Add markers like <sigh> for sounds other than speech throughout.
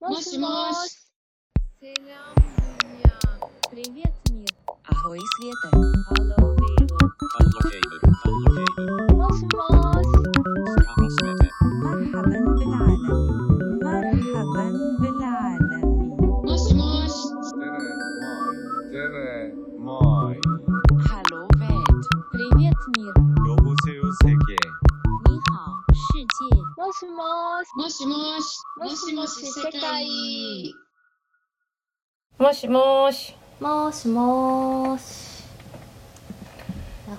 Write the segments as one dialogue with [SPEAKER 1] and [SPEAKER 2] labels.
[SPEAKER 1] もしもし。
[SPEAKER 2] Selam dünya.
[SPEAKER 3] Привет, мир.
[SPEAKER 4] Ahoy, Sveta.
[SPEAKER 3] Hello, people.
[SPEAKER 5] Unlocated. Unlocated.
[SPEAKER 1] もしもし。
[SPEAKER 5] Skava Svete.
[SPEAKER 4] Marhaban bil'alami. Marhaban bil'alami.
[SPEAKER 1] もしもし。
[SPEAKER 6] Tere moj, tere moj.
[SPEAKER 4] Hello, Vet.
[SPEAKER 3] Привет, мир.
[SPEAKER 6] Yobuseyo seke.
[SPEAKER 3] 你好，世界。
[SPEAKER 1] もしもし。
[SPEAKER 2] Moş moş.
[SPEAKER 1] もしもし世界。
[SPEAKER 7] もしもーし。
[SPEAKER 1] もしもし。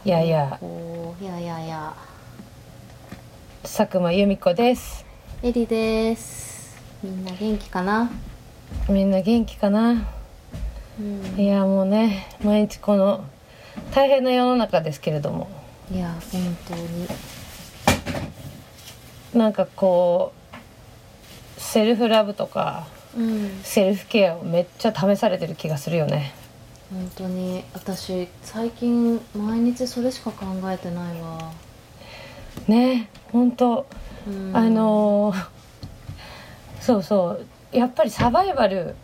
[SPEAKER 7] いやいや
[SPEAKER 1] ほー。いやいやいや。
[SPEAKER 7] 佐久間由美子です。
[SPEAKER 1] エリです。みんな元気かな。
[SPEAKER 7] みんな元気かな
[SPEAKER 1] うん。
[SPEAKER 7] いや、もうね、毎日この大変な世の中ですけれども、
[SPEAKER 1] いや、本当に。
[SPEAKER 7] なんかこう、セルフラブとか、
[SPEAKER 1] うん。
[SPEAKER 7] セルフケアをめっちゃ試されてる気がするよね。
[SPEAKER 1] 本当に。私、最近、毎日それしか考えてないわ。
[SPEAKER 7] ね、ほんと、
[SPEAKER 1] うん、
[SPEAKER 7] あ。のーそうそう、やっぱりサバイバル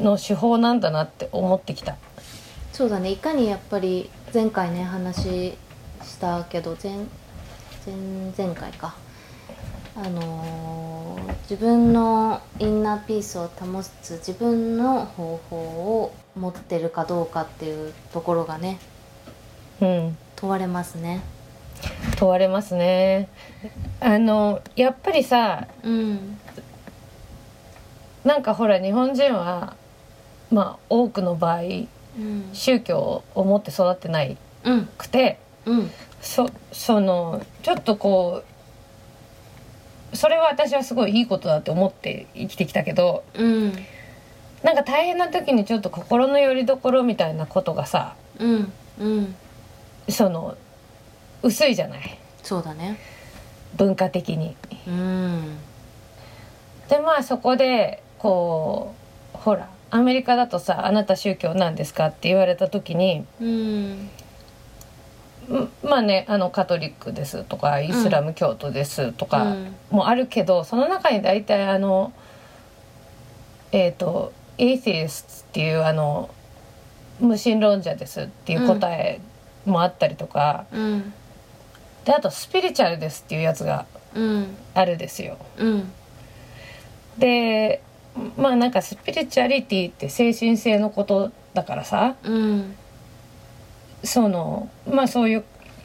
[SPEAKER 7] の手法なんだなって思ってきた。
[SPEAKER 1] そうだね。いかにやっぱり、前回ね、話したけど、前。前々回か。あのー自分のインナーピースを保つ自分の方法を持ってるかどうかっていうところがね
[SPEAKER 7] うん。
[SPEAKER 1] 問われますね
[SPEAKER 7] 問われますね。あの、やっぱりさ、
[SPEAKER 1] うん
[SPEAKER 7] なんかほら日本人はまあ多くの場合
[SPEAKER 1] うん
[SPEAKER 7] 宗教を持って育ってない
[SPEAKER 1] うん
[SPEAKER 7] くて
[SPEAKER 1] うん
[SPEAKER 7] そそのちょっとこうそれは私はすごいいいことだって思って生きてきたけど
[SPEAKER 1] うん
[SPEAKER 7] なんか大変な時にちょっと心の拠り所みたいなことがさ
[SPEAKER 1] うんうん
[SPEAKER 7] その薄いじゃない
[SPEAKER 1] そうだね
[SPEAKER 7] 文化的に。
[SPEAKER 1] うん
[SPEAKER 7] でまあそこでこうほらアメリカだとさ「あなた宗教なんですか?」って言われた時に。
[SPEAKER 1] うん
[SPEAKER 7] うんまあねあのカトリックですとかイスラム教徒ですと
[SPEAKER 1] う
[SPEAKER 7] か
[SPEAKER 1] ん
[SPEAKER 7] もあるけど、その中に大体あのえっ、とエイティスっていうあの無神論者ですっていう答えもあったりとか、
[SPEAKER 1] うん
[SPEAKER 7] であとスピリチュアルですっていうやつが
[SPEAKER 1] うん
[SPEAKER 7] あるですよ。
[SPEAKER 1] うん
[SPEAKER 7] でまあなんかスピリチュアリティって精神性のことだからさ
[SPEAKER 1] うん
[SPEAKER 7] そのまあそういう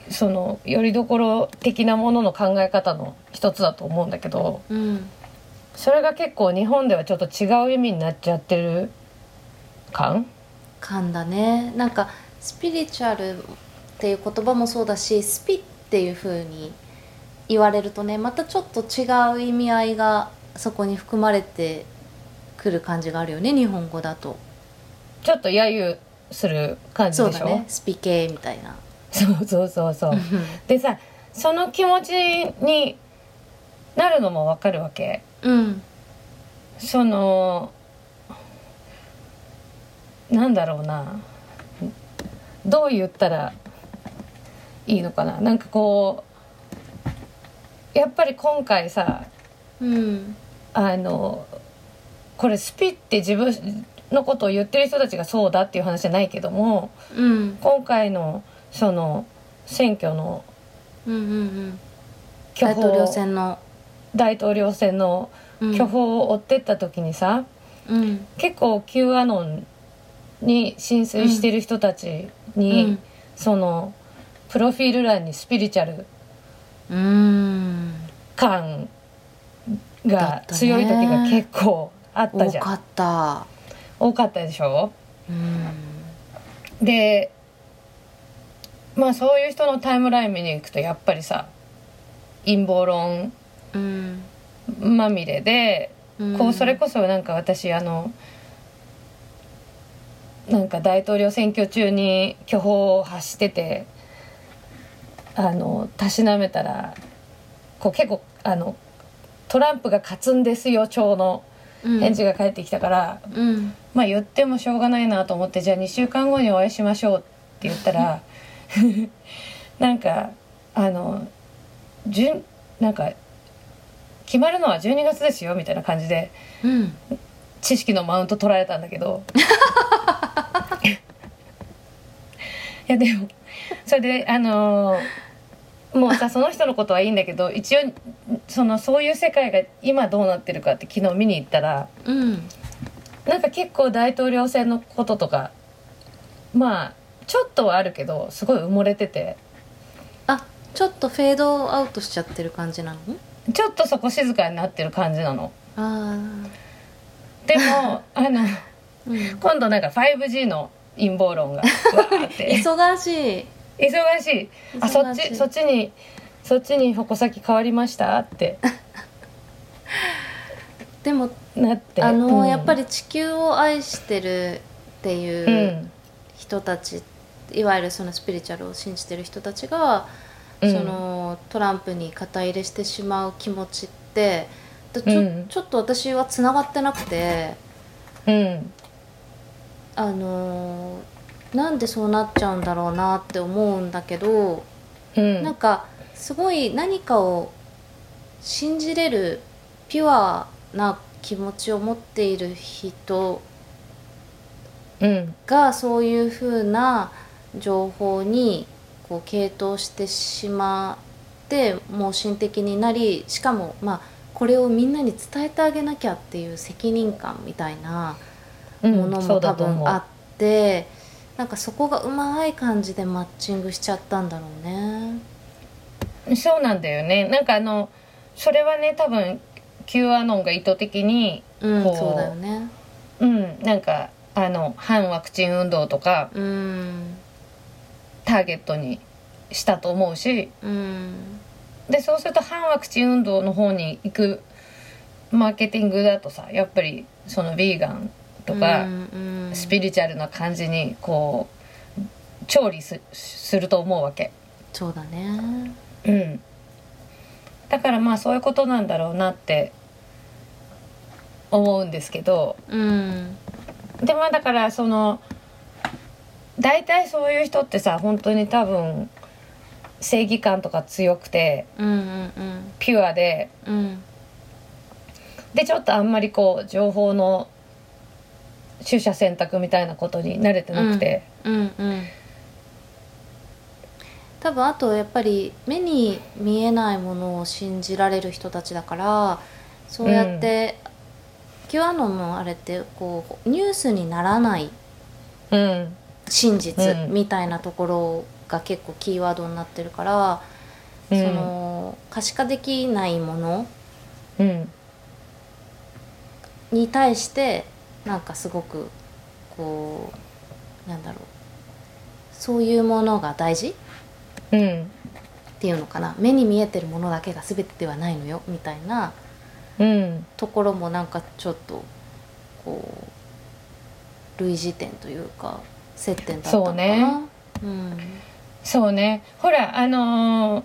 [SPEAKER 7] そのよりどころ的なものの考え方の一つだと思うんだけど
[SPEAKER 1] うん
[SPEAKER 7] それが結構日本ではちょっと違う意味になっちゃってる感
[SPEAKER 1] 感だねなんかスピリチュアルっていう言葉もそうだしスピっていう風に言われるとねまたちょっと違う意味合いがそこに含まれてくる感じがあるよね日本語だと
[SPEAKER 7] ちょっと揶揄する感じ
[SPEAKER 1] そう
[SPEAKER 7] でし
[SPEAKER 1] だ
[SPEAKER 7] ょ
[SPEAKER 1] ねスピ系みたいな
[SPEAKER 7] そう,、そうそうそうでさその気持ちになるのもわかるわけ
[SPEAKER 1] うん
[SPEAKER 7] そのなんだろうなどう言ったらいいのかななんかこうやっぱり今回さ
[SPEAKER 1] うん
[SPEAKER 7] あのこれスピって自分のことを言ってる人たちがそうだっていう話じゃないけども
[SPEAKER 1] うん
[SPEAKER 7] 今回のその選挙の
[SPEAKER 1] うんうんうん
[SPEAKER 7] 巨
[SPEAKER 1] 大
[SPEAKER 7] 峰
[SPEAKER 1] 統領選の
[SPEAKER 7] 大統領選の巨峰を追ってった時にさ、
[SPEAKER 1] うんうん
[SPEAKER 7] 結構 Q アノンに浸水してる人たちに、
[SPEAKER 1] うん
[SPEAKER 7] そのプロフィール欄にスピリチュアル
[SPEAKER 1] うん
[SPEAKER 7] 感
[SPEAKER 1] だ
[SPEAKER 7] が
[SPEAKER 1] ったね
[SPEAKER 7] 強い時が結構あった
[SPEAKER 1] 多
[SPEAKER 7] じゃん
[SPEAKER 1] かった
[SPEAKER 7] 多かったでしょ
[SPEAKER 1] うん
[SPEAKER 7] でまあそういう人のタイムライン見に行くとやっぱりさ陰謀論
[SPEAKER 1] うん
[SPEAKER 7] まみれで、
[SPEAKER 1] うん
[SPEAKER 7] こうそれこそなんか私あのなんか大統領選挙中に巨峰を発しててあのたしなめたらこう結構あのトランプが勝つんですよ長の
[SPEAKER 1] うん
[SPEAKER 7] 返事が返ってきたから、
[SPEAKER 1] うん
[SPEAKER 7] まあ言ってもしょうがないなと思ってじゃあ2週間後にお会いしましょうって言った
[SPEAKER 1] <laughs>
[SPEAKER 7] らなんかあのじゅんなんか決まるのは12月ですよみたいな感じで
[SPEAKER 1] うん
[SPEAKER 7] 知識のマウント取られたんだけどいやでもそれであのーもうさその人のことはいいんだけど一応そのそういう世界が今どうなってるかって昨日見に行ったら
[SPEAKER 1] うん
[SPEAKER 7] なんか結構大統領選のこととかまあちょっとはあるけどすごい埋もれてて
[SPEAKER 1] あちょっとフェードアウトしちゃってる感じなの
[SPEAKER 7] ちょっとそこ静かになってる感じなの。
[SPEAKER 1] ああ
[SPEAKER 7] でもあの
[SPEAKER 1] うん
[SPEAKER 7] 今度なんか 5G の陰謀論がわーっ
[SPEAKER 1] <laughs>
[SPEAKER 7] て
[SPEAKER 1] 忙しい
[SPEAKER 7] 忙しいあそっ
[SPEAKER 1] 忙し
[SPEAKER 7] ち
[SPEAKER 1] い
[SPEAKER 7] そっちにそっちに矛先変わりましたって
[SPEAKER 1] でも
[SPEAKER 7] なって
[SPEAKER 1] あの、
[SPEAKER 7] うん
[SPEAKER 1] やっぱり地球を愛してるっていうううん人たち、いわゆるそのスピリチュアルを信じてる人たちが、
[SPEAKER 7] うん
[SPEAKER 1] そのトランプに肩入れしてしまう気持ちってだちょ,、
[SPEAKER 7] うん
[SPEAKER 1] ちょっと私はつながってなくて
[SPEAKER 7] うん
[SPEAKER 1] あのなんでそうなっちゃうんだろうなって思うんだけど、
[SPEAKER 7] うん
[SPEAKER 1] なんかすごい何かを信じれるピュアな気持ちを持っている人
[SPEAKER 7] うん
[SPEAKER 1] がそういう風な情報にこう傾倒してしまって盲信的になりしかもまあこれをみんなに伝えてあげなきゃっていう責任感みたいな
[SPEAKER 7] うん
[SPEAKER 1] もの
[SPEAKER 7] そ
[SPEAKER 1] も
[SPEAKER 7] う
[SPEAKER 1] 多
[SPEAKER 7] だと
[SPEAKER 1] 分
[SPEAKER 7] 思
[SPEAKER 1] あ
[SPEAKER 7] う
[SPEAKER 1] って、なんかそこがうまい感じでマッチングしちゃったんだろうね。
[SPEAKER 7] そうなんだよねなんかあのそれはね多分 Q アノンが意図的に
[SPEAKER 1] うん、
[SPEAKER 7] こう
[SPEAKER 1] そうだよね。
[SPEAKER 7] うんなんかあの反ワクチン運動とか
[SPEAKER 1] うん、
[SPEAKER 7] ターゲットにしたと思うし
[SPEAKER 1] うん、
[SPEAKER 7] でそうすると反ワクチン運動の方に行くマーケティングだとさやっぱりそのヴィーガンとか、
[SPEAKER 1] うん
[SPEAKER 7] スピリチュアルな感じにこう調理すすると思うわけ、
[SPEAKER 1] そうだね。
[SPEAKER 7] うん、だからまあそういうことなんだろうなって思うんですけど
[SPEAKER 1] うん、
[SPEAKER 7] でまあだからその大体そういう人ってさ本当に多分正義感とか強くて
[SPEAKER 1] うん、うん、うん、
[SPEAKER 7] ピュアで
[SPEAKER 1] うん。
[SPEAKER 7] でちょっとあんまりこう情報の取捨選択みたいなことに慣れてなくて、
[SPEAKER 1] うんうん多分あとやっぱり目に見えないものを信じられる人たちだからそうやって、キュアノンのあれってこうニュースにならない
[SPEAKER 7] うん、
[SPEAKER 1] 真実
[SPEAKER 7] うん
[SPEAKER 1] みたいなところが結構キーワードになってるから、
[SPEAKER 7] うん
[SPEAKER 1] その可視化できないもの
[SPEAKER 7] うん、
[SPEAKER 1] に対してなんかすごくこうなんだろうそういうものが大事
[SPEAKER 7] うん、
[SPEAKER 1] っていうのかな目に見えてるものだけが全てではないのよみたいな
[SPEAKER 7] うん。
[SPEAKER 1] ところもなんかちょっとこう類似点というか接点だったの
[SPEAKER 7] そ
[SPEAKER 1] かな
[SPEAKER 7] うね
[SPEAKER 1] うん
[SPEAKER 7] そうねほらあのー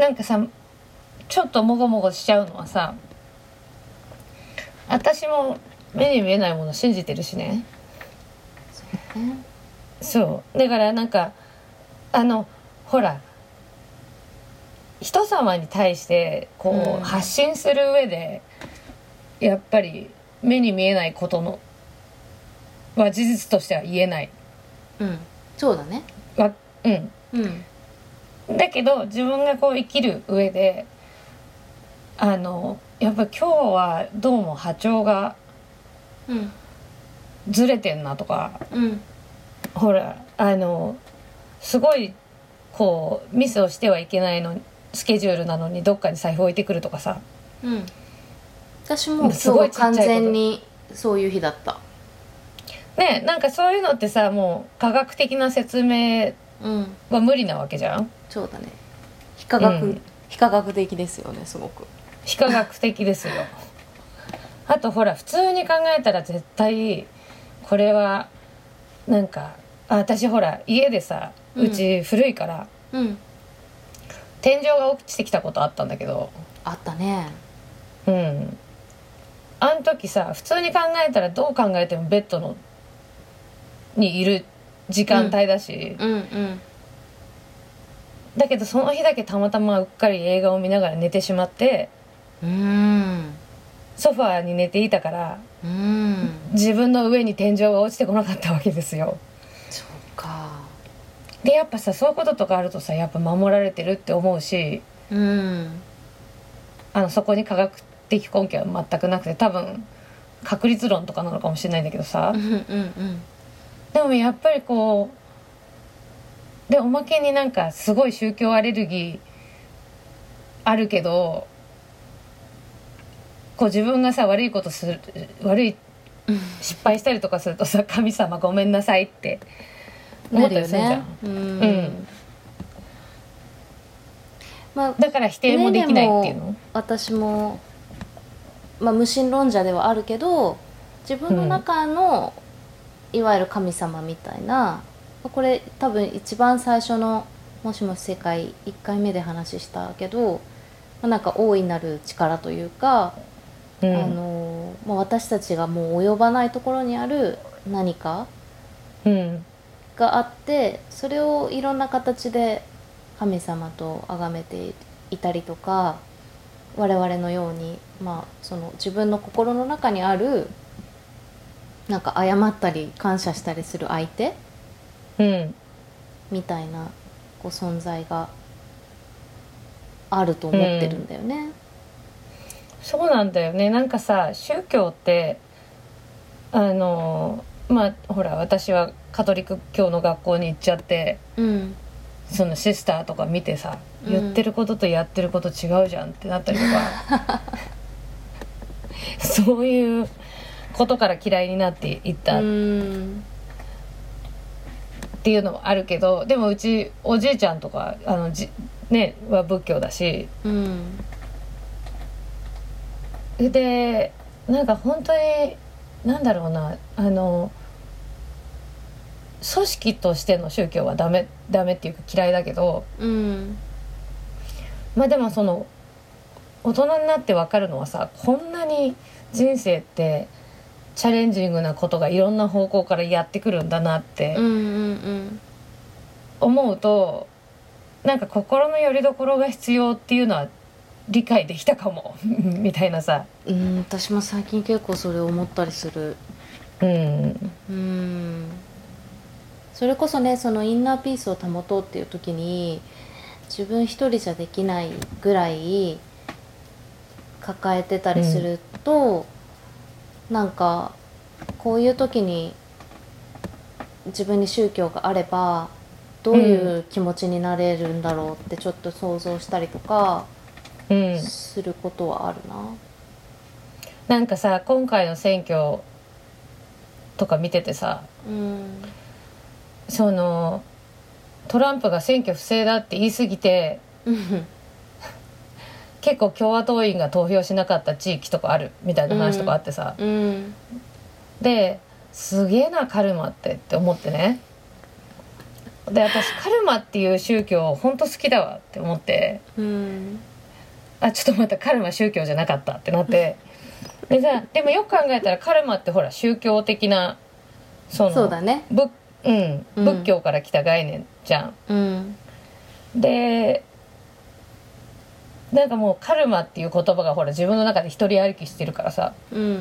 [SPEAKER 7] なんかさちょっともごもごしちゃうのはさ私も目に見えないもの信じてるしね
[SPEAKER 1] そうね
[SPEAKER 7] そうだからなんかあのほら人様に対してこう、
[SPEAKER 1] うん
[SPEAKER 7] 発信する上でやっぱり目に見えないことのは事実としては言えない
[SPEAKER 1] うんそうだね
[SPEAKER 7] わうん
[SPEAKER 1] うん
[SPEAKER 7] だけど自分がこう生きる上であのやっぱ今日はどうも波長が
[SPEAKER 1] うん
[SPEAKER 7] ずれてんなとか
[SPEAKER 1] うん
[SPEAKER 7] ほらあのすごいこうミスをしてはいけないのスケジュールなのにどっかに財布置いてくるとかさ
[SPEAKER 1] うん私も今日
[SPEAKER 7] すごい
[SPEAKER 1] は
[SPEAKER 7] ちっちゃい
[SPEAKER 1] 完
[SPEAKER 7] こと
[SPEAKER 1] 全にそういう日だった
[SPEAKER 7] ねなんかそういうのってさもう科学的な説明
[SPEAKER 1] うん
[SPEAKER 7] は無理なわけじゃん
[SPEAKER 1] そうだね非科学、
[SPEAKER 7] うん
[SPEAKER 1] 非科学的ですよねすごく
[SPEAKER 7] 非科学的ですよあとほら普通に考えたら絶対これはなんかあ私ほら家でさ
[SPEAKER 1] うん
[SPEAKER 7] うち古いから、
[SPEAKER 1] うん
[SPEAKER 7] 天井が落ちてきたことあったんだけど
[SPEAKER 1] あったね
[SPEAKER 7] うんあの時さ普通に考えたらどう考えてもベッドのにいる時間帯だし、
[SPEAKER 1] うんうん
[SPEAKER 7] だけどその日だけたまたまうっかり映画を見ながら寝てしまって
[SPEAKER 1] ううん
[SPEAKER 7] ソファーに寝ていたから
[SPEAKER 1] うん
[SPEAKER 7] 自分の上に天井が落ちてこなかったわけですよ
[SPEAKER 1] そうか
[SPEAKER 7] でやっぱさそういうこととかあるとさやっぱ守られてるって思うし
[SPEAKER 1] うん
[SPEAKER 7] あのそこに科学的根拠は全くなくて多分確率論とかなのかもしれないんだけどさ、
[SPEAKER 1] うん <laughs> うん
[SPEAKER 7] でもやっぱりこうでおまけになんかすごい宗教アレルギーあるけどこう自分がさ悪いことする悪い
[SPEAKER 1] うん
[SPEAKER 7] 失敗したりとかするとさ神様ごめんなさいって思
[SPEAKER 1] な
[SPEAKER 7] っ
[SPEAKER 1] る
[SPEAKER 7] た
[SPEAKER 1] よ
[SPEAKER 7] りするじゃん、
[SPEAKER 1] ねうん、
[SPEAKER 7] うん
[SPEAKER 1] まあ
[SPEAKER 7] だから否定もできないっていうの、
[SPEAKER 1] 私も、まあ、無神論者ではあるけど自分の中の、いわゆる神様みたいなまあこれ多分一番最初の「もしもし世界」1回目で話したけど、まあ、なんか大いなる力というか、
[SPEAKER 7] うん
[SPEAKER 1] あのまあ、私たちがもう及ばないところにある何か
[SPEAKER 7] うん
[SPEAKER 1] があってそれをいろんな形で神様と崇めていたりとか我々のように、まあ、その自分の心の中にあるなんか謝ったり感謝したりする相手
[SPEAKER 7] うん
[SPEAKER 1] みたいなこう存在があると思ってるんだよね。
[SPEAKER 7] そうなんだよねなんかさ宗教ってあのまあほら私はカトリック教の学校に行っちゃって
[SPEAKER 1] うん、
[SPEAKER 7] そのシスターとか見てさ
[SPEAKER 1] うん
[SPEAKER 7] 言ってることとやってること違うじゃんってなったりとか、 <laughs> そういうことから嫌いになっていった
[SPEAKER 1] う
[SPEAKER 7] っ
[SPEAKER 1] ん
[SPEAKER 7] ていうのもあるけどでもうちおじいちゃんとかあのじ、ね、は仏教だし
[SPEAKER 1] うん
[SPEAKER 7] でなんか本当になんだろうなあの組織としての宗教はダメダメっていうか嫌いだけど
[SPEAKER 1] うん
[SPEAKER 7] まあでもその大人になって分かるのはさこんなに人生ってチャレンジングなことがいろんな方向からやってくるんだなって
[SPEAKER 1] うんうん
[SPEAKER 7] 思うと、なんか心の拠り所が必要っていうのは理解できたかもみたいなさ。
[SPEAKER 1] うん私も最近結構それ思ったりする。
[SPEAKER 7] うん
[SPEAKER 1] うんそれこそねそのインナーピースを保とうっていう時に自分一人じゃできないぐらい抱えてたりすると、なんかこういう時に自分に宗教があればどういう気持ちになれるんだろうってちょっと想像したりとか
[SPEAKER 7] うん
[SPEAKER 1] することはあるな。
[SPEAKER 7] なんかさ今回の選挙とか見ててさ
[SPEAKER 1] うん、
[SPEAKER 7] そのトランプが選挙不正だって言い過ぎて
[SPEAKER 1] うん
[SPEAKER 7] 結構共和党員が投票しなかった地域とかあるみたいな話とかあってさ、
[SPEAKER 1] うん
[SPEAKER 7] ですげえなカルマってって思ってねで私カルマっていう宗教ほんと好きだわって思って
[SPEAKER 1] うん
[SPEAKER 7] あちょっと待ったカルマ宗教じゃなかったってなってでさでもよく考えたらカルマってほら宗教的なその
[SPEAKER 1] そうだね。
[SPEAKER 7] 仏うん、
[SPEAKER 1] うん
[SPEAKER 7] 仏教から来た概念じゃん。
[SPEAKER 1] うん。
[SPEAKER 7] でなんかもうカルマっていう言葉がほら自分の中で一人歩きしてるからさ
[SPEAKER 1] うんう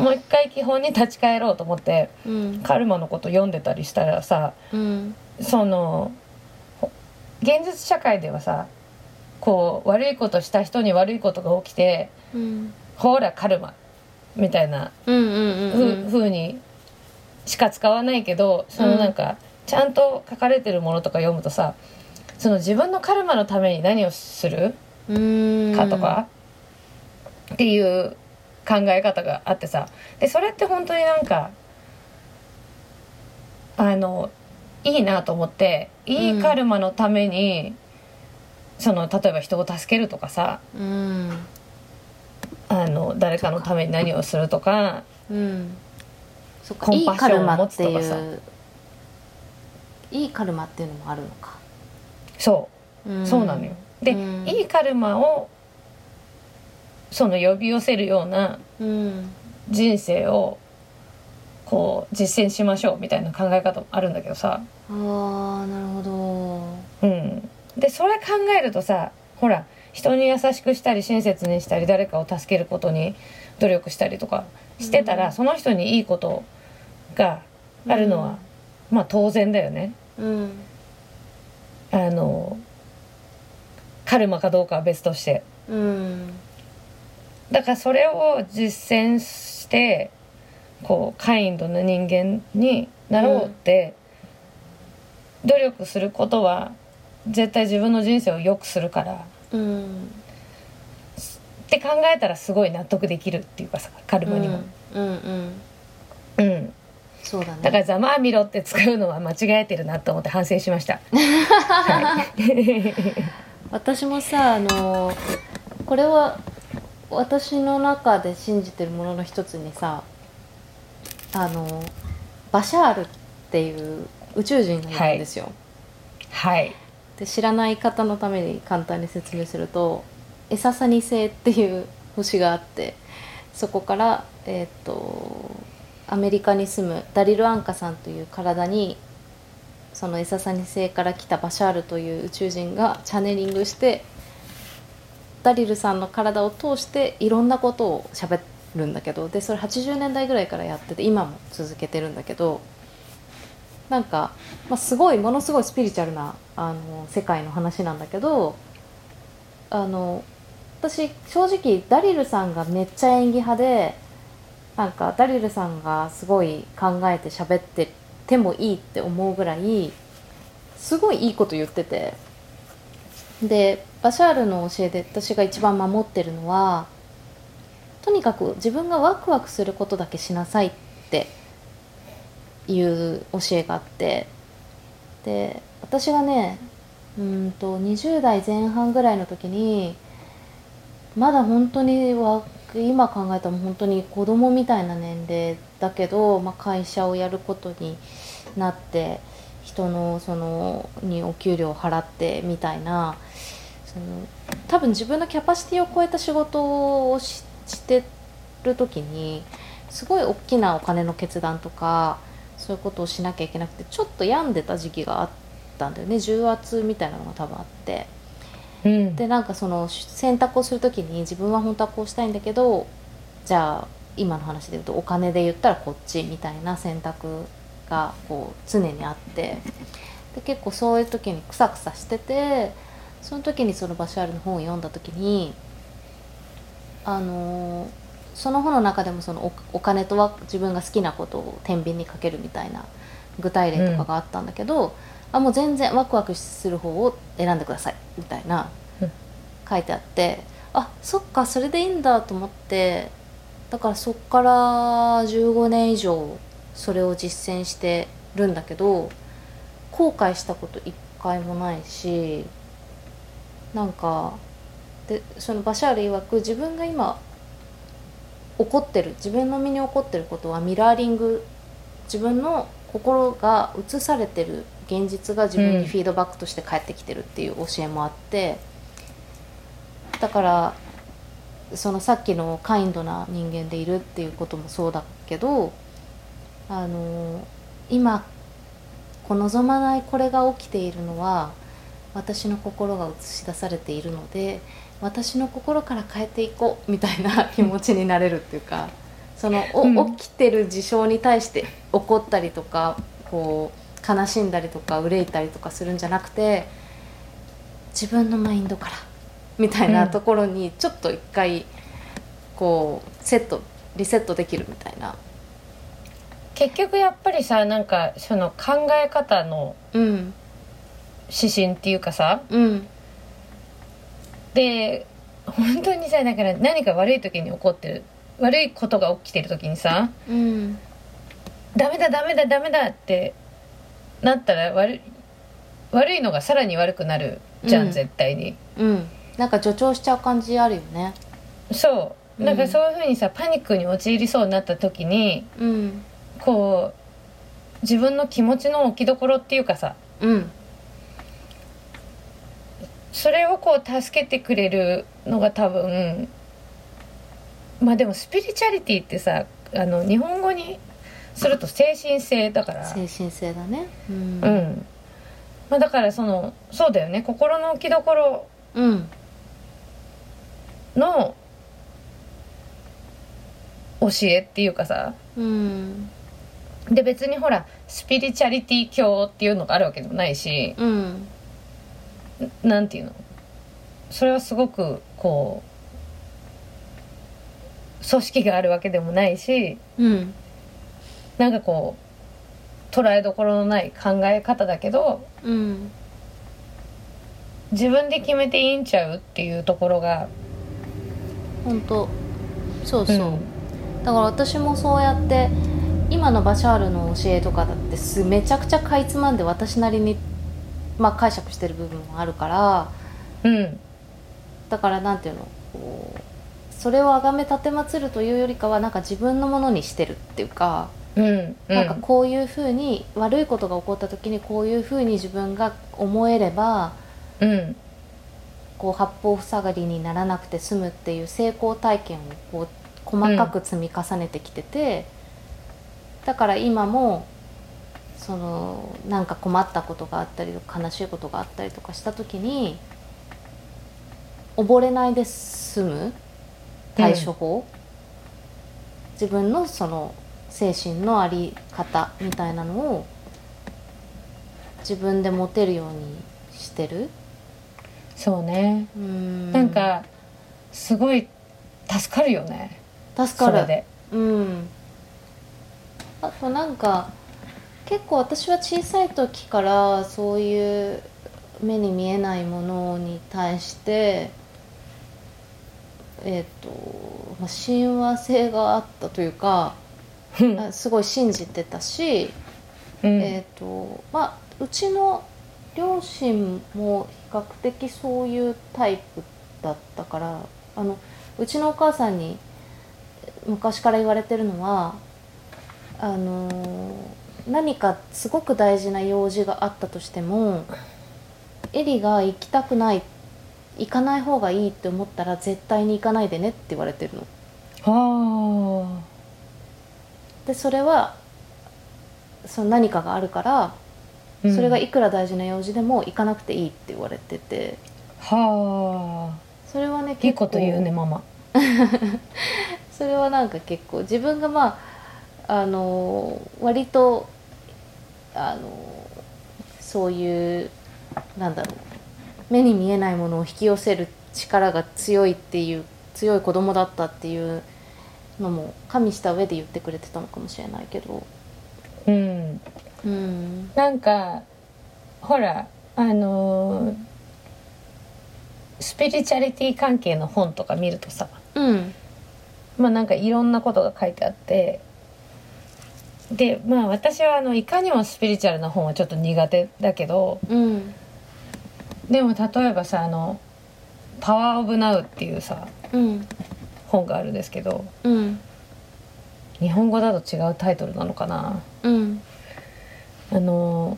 [SPEAKER 1] ん
[SPEAKER 7] もう一回基本に立ち返ろうと思って
[SPEAKER 1] うんうん
[SPEAKER 7] カルマのこと読んでたりしたらさ
[SPEAKER 1] うん
[SPEAKER 7] そのほ現実社会ではさこう悪いことした人に悪いことが起きて
[SPEAKER 1] うん
[SPEAKER 7] ほらカルマみたいな
[SPEAKER 1] うん
[SPEAKER 7] ふ,、
[SPEAKER 1] う
[SPEAKER 7] うん風にしか使わないけどそのなんかちゃんと書かれてるものとか読むとさその自分のカルマのために何をする
[SPEAKER 1] うん
[SPEAKER 7] かとか、っていう考え方があってさでそれって本当になんかあのいいなと思っていいカルマのために、その例えば人を助けるとかさ
[SPEAKER 1] うん
[SPEAKER 7] あの誰かのために何をするとか
[SPEAKER 1] うんそっか
[SPEAKER 7] コ
[SPEAKER 1] い
[SPEAKER 7] ン
[SPEAKER 1] い
[SPEAKER 7] パッシ
[SPEAKER 1] カ
[SPEAKER 7] ョ
[SPEAKER 1] ル
[SPEAKER 7] ン
[SPEAKER 1] マ
[SPEAKER 7] を持
[SPEAKER 1] っ
[SPEAKER 7] つ
[SPEAKER 1] て
[SPEAKER 7] と
[SPEAKER 1] い
[SPEAKER 7] かさ
[SPEAKER 1] ういいカルマっていうのもあるのか
[SPEAKER 7] そう
[SPEAKER 1] うん
[SPEAKER 7] そうなのよ。で、
[SPEAKER 1] うん
[SPEAKER 7] いいカルマをその呼び寄せるような
[SPEAKER 1] うん
[SPEAKER 7] 人生をこう実践しましょうみたいな考え方もあるんだけどさ、
[SPEAKER 1] あーなるほど
[SPEAKER 7] うん、でそれ考えるとさほら人に優しくしたり親切にしたり誰かを助けることに努力したりとかしてたら、
[SPEAKER 1] うん
[SPEAKER 7] その人にいいことがあるのは、まあ当然だよね。
[SPEAKER 1] うん
[SPEAKER 7] あのカルマかどうかは別として。
[SPEAKER 1] うん
[SPEAKER 7] だからそれを実践してこうカインドな人間になろうって、努力することは絶対自分の人生を良くするから
[SPEAKER 1] うん
[SPEAKER 7] って考えたらすごい納得できるっていうかさカルマにも、
[SPEAKER 1] うんうん
[SPEAKER 7] うん
[SPEAKER 1] そうだね
[SPEAKER 7] だから「ざまあみろ」って使うのは間違えてるなと思って反省しま <laughs> した。はい
[SPEAKER 1] 私もさあのこれは私の中で信じてるものの一つにさあのバシャールっていう宇宙人がいるんですよ、
[SPEAKER 7] はい
[SPEAKER 1] で知らない方のために簡単に説明するとエササニ星っていう星があってそこから、えーっとアメリカに住むダリル・アンカさんという体にそのエササニ星から来たバシャールという宇宙人がチャネリングしてダリルさんの体を通していろんなことを喋るんだけどでそれ80年代ぐらいからやってて今も続けてるんだけどなんかまあ、すごいものすごいスピリチュアルなあの世界の話なんだけどあの私正直ダリルさんがめっちゃ演技派でなんかダリルさんがすごい考えて喋っててもいいって思うぐらいすごいいいこと言っててでバシャールの教えで私が一番守ってるのはとにかく自分がワクワクすることだけしなさいっていう教えがあってで私がねうーんと20代前半ぐらいの時にまだ本当にわ今考えたら本当に子供みたいな年齢だけど、まあ、会社をやることになって人のそのにお給料を払ってみたいなその多分自分のキャパシティを超えた仕事をししてる時にすごい大きなお金の決断とかそういうことをしなきゃいけなくてちょっと病んでた時期があったんだよね重圧みたいなのが多分あって
[SPEAKER 7] うん、
[SPEAKER 1] でなんかその選択をする時に自分は本当はこうしたいんだけどじゃあ今の話で言うとお金で言ったらこっちみたいな選択がこう常にあってで結構そういう時にクサクサしててその時にそのバシャールの本を読んだ時にあのーその本の中でもそのおお金とは自分が好きなことを天秤にかけるみたいな具体例とかがあったんだけど、あもう全然ワクワクする方を選んでくださいみたいな
[SPEAKER 7] うん
[SPEAKER 1] 書いてあってあそっかそれでいいんだと思ってだからそっから15年以上それを実践してるんだけど後悔したこと一回もないしなんかでそのバシャール曰く自分が今起こってる自分の身に起こってることはミラーリング自分の心が映されてる現実が自分にフィードバックとして返ってきてるっていう教えもあって、だからそのさっきのカインドな人間でいるっていうこともそうだけどあの今こう望まないこれが起きているのは私の心が映し出されているので私の心から変えていこうみたいな気持ちになれるっていうかそのお、
[SPEAKER 7] うん
[SPEAKER 1] 起きてる事象に対して怒ったりとかこう悲しんだりとか憂いたりとかするんじゃなくて自分のマインドからみたいなところにちょっと一回こうセットリセットできるみたいな。
[SPEAKER 7] 結局やっぱりさなんかその考え方の
[SPEAKER 1] うん
[SPEAKER 7] 指針っていうかさ、
[SPEAKER 1] うん
[SPEAKER 7] で本当にさだから何か悪い時に起こってる悪いことが起きてる時にさ
[SPEAKER 1] うん
[SPEAKER 7] 「ダメだダメだダメだ」ってなったら悪い悪いのがさらに悪くなるじゃん、
[SPEAKER 1] うん
[SPEAKER 7] 絶対に
[SPEAKER 1] うんなんか助長しちゃう感じあるよね
[SPEAKER 7] そうなん
[SPEAKER 1] う
[SPEAKER 7] か
[SPEAKER 1] ん
[SPEAKER 7] そういうふうにさパニックに陥りそうになった時に
[SPEAKER 1] うん
[SPEAKER 7] こう自分の気持ちの置きどころっていうかさ
[SPEAKER 1] うん
[SPEAKER 7] それをこう助けてくれるのが多分まあでもスピリチュアリティってさあの日本語にすると精神性だから
[SPEAKER 1] 精神性だねうん
[SPEAKER 7] うんまあ、だからそのそうだよね心の置きどころ
[SPEAKER 1] うん
[SPEAKER 7] の教えっていうかさ
[SPEAKER 1] うん
[SPEAKER 7] で別にほらスピリチャリティ教っていうのがあるわけでもないし
[SPEAKER 1] うん
[SPEAKER 7] なんていうのそれはすごくこう組織があるわけでもないし
[SPEAKER 1] うん
[SPEAKER 7] なんかこう捉えどころのない考え方だけど
[SPEAKER 1] うん
[SPEAKER 7] 自分で決めていいんちゃうっていうところが、
[SPEAKER 1] 本当そうそう、だから私もそうやって今のバシャールの教えとかだってすめちゃくちゃかいつまんで私なりに、まあ、解釈してる部分もあるから
[SPEAKER 7] うんうん
[SPEAKER 1] だからなんていうのこうそれをあがめ奉るというよりかはなんか自分のものにしてるっていうか、
[SPEAKER 7] うんう
[SPEAKER 1] なんかこういうふうに悪いことが起こった時にこういうふうに自分が思えれば
[SPEAKER 7] うん
[SPEAKER 1] こう八方塞がりにならなくて済むっていう成功体験をこう細かく積み重ねてきてて、だから今もそのなんか困ったことがあったりとか悲しいことがあったりとかした時に溺れないで済む対処法、自分のその精神のあり方みたいなのを自分で持てるようにしてる。
[SPEAKER 7] そうね
[SPEAKER 1] な
[SPEAKER 7] なんかすごい助かるよね
[SPEAKER 1] 助か
[SPEAKER 7] そ
[SPEAKER 1] る
[SPEAKER 7] れで
[SPEAKER 1] うんあとなんか結構私は小さい時からそういう目に見えないものに対してえっ、と、まあ、親和性があったとい
[SPEAKER 7] <laughs>
[SPEAKER 1] うか
[SPEAKER 7] うん
[SPEAKER 1] あすごい信じてたし、
[SPEAKER 7] うん
[SPEAKER 1] えっ、とまあうちの両親も比較的そういうタイプだったからあのうちのお母さんに昔から言われてるのはあのー何かすごく大事な用事があったとしてもエリが行きたくない行かない方がいいって思ったら絶対に行かないでねって言われてるの。
[SPEAKER 7] あ
[SPEAKER 1] でそれはその何かがあるから
[SPEAKER 7] あ
[SPEAKER 1] それが
[SPEAKER 7] い
[SPEAKER 1] いくら大事な用事でも行かなくていいって言われてて
[SPEAKER 7] はあ
[SPEAKER 1] それはね
[SPEAKER 7] いいこと言うねママ
[SPEAKER 1] それはなんか結構自分がまああの割とあのそういうなんだろう目に見えないものを引き寄せる力が強いっていう強い子供だったっていうのも加味した上で言ってくれてたのかもしれないけど
[SPEAKER 7] うん
[SPEAKER 1] うん
[SPEAKER 7] なんかほらあのースピリチャリティ関係の本とか見るとさ
[SPEAKER 1] うん
[SPEAKER 7] まあなんかいろんなことが書いてあってでまあ私はあのいかにもスピリチュアルな本はちょっと苦手だけど
[SPEAKER 1] うん
[SPEAKER 7] でも例えばさあの「パワー・オブ・ナウ」っていうさ
[SPEAKER 1] うん
[SPEAKER 7] 本があるんですけど
[SPEAKER 1] うん
[SPEAKER 7] 日本語だと違うタイトルなのかな
[SPEAKER 1] うん
[SPEAKER 7] あの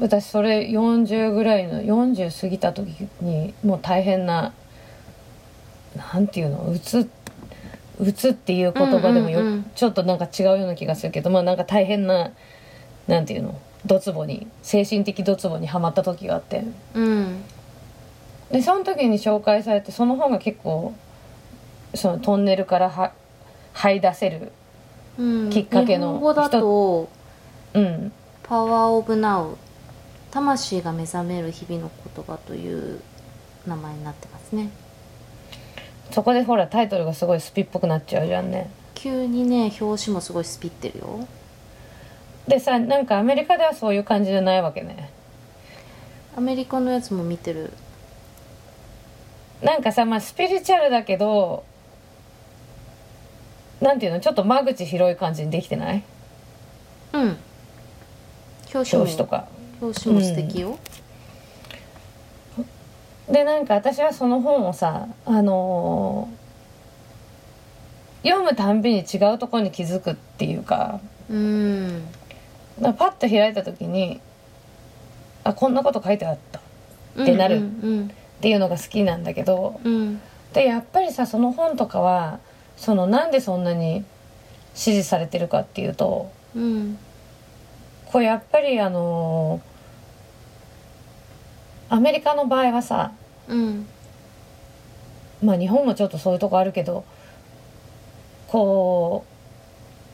[SPEAKER 7] 私それ40ぐらいの40過ぎた時にもう大変ななんていうのうつうつっていう言葉でもよ、
[SPEAKER 1] うんうんうん
[SPEAKER 7] ちょっとなんか違うような気がするけどまあなんか大変ななんていうのドツボに精神的ドツボにはまった時があって
[SPEAKER 1] うん
[SPEAKER 7] でその時に紹介されてその本が結構そのトンネルからは這い出せる、
[SPEAKER 1] うん
[SPEAKER 7] きっかけの
[SPEAKER 1] 日本語だと
[SPEAKER 7] うん、
[SPEAKER 1] 「パワー・オブ・ナウ」「魂が目覚める日々の言葉」という名前になってますね
[SPEAKER 7] そこでほらタイトルがすごいスピっぽくなっちゃうじゃんね。
[SPEAKER 1] 急にね表紙もすごいスピってるよ
[SPEAKER 7] でさなんかアメリカではそういう感じじゃないわけね
[SPEAKER 1] アメリカのやつも見てる
[SPEAKER 7] なんかさまあスピリチュアルだけどなんていうのちょっと間口広い感じにできてない
[SPEAKER 1] うん表紙
[SPEAKER 7] 調
[SPEAKER 1] も
[SPEAKER 7] 子とか
[SPEAKER 1] 表紙も素敵よ
[SPEAKER 7] でなんか私はその本をさあのー読むたんびに違うところに気づくっていうか
[SPEAKER 1] うん
[SPEAKER 7] だからパッと開いた時にあこんなこと書いてあったっ
[SPEAKER 1] うん
[SPEAKER 7] てなる
[SPEAKER 1] うん
[SPEAKER 7] ていうのが好きなんだけど
[SPEAKER 1] うん
[SPEAKER 7] でやっぱりさその本とかはそのなんでそんなに支持されてるかっていうと
[SPEAKER 1] うん
[SPEAKER 7] こうやっぱりあのアメリカの場合はさ
[SPEAKER 1] うん
[SPEAKER 7] まあ日本もちょっとそういうとこあるけどこ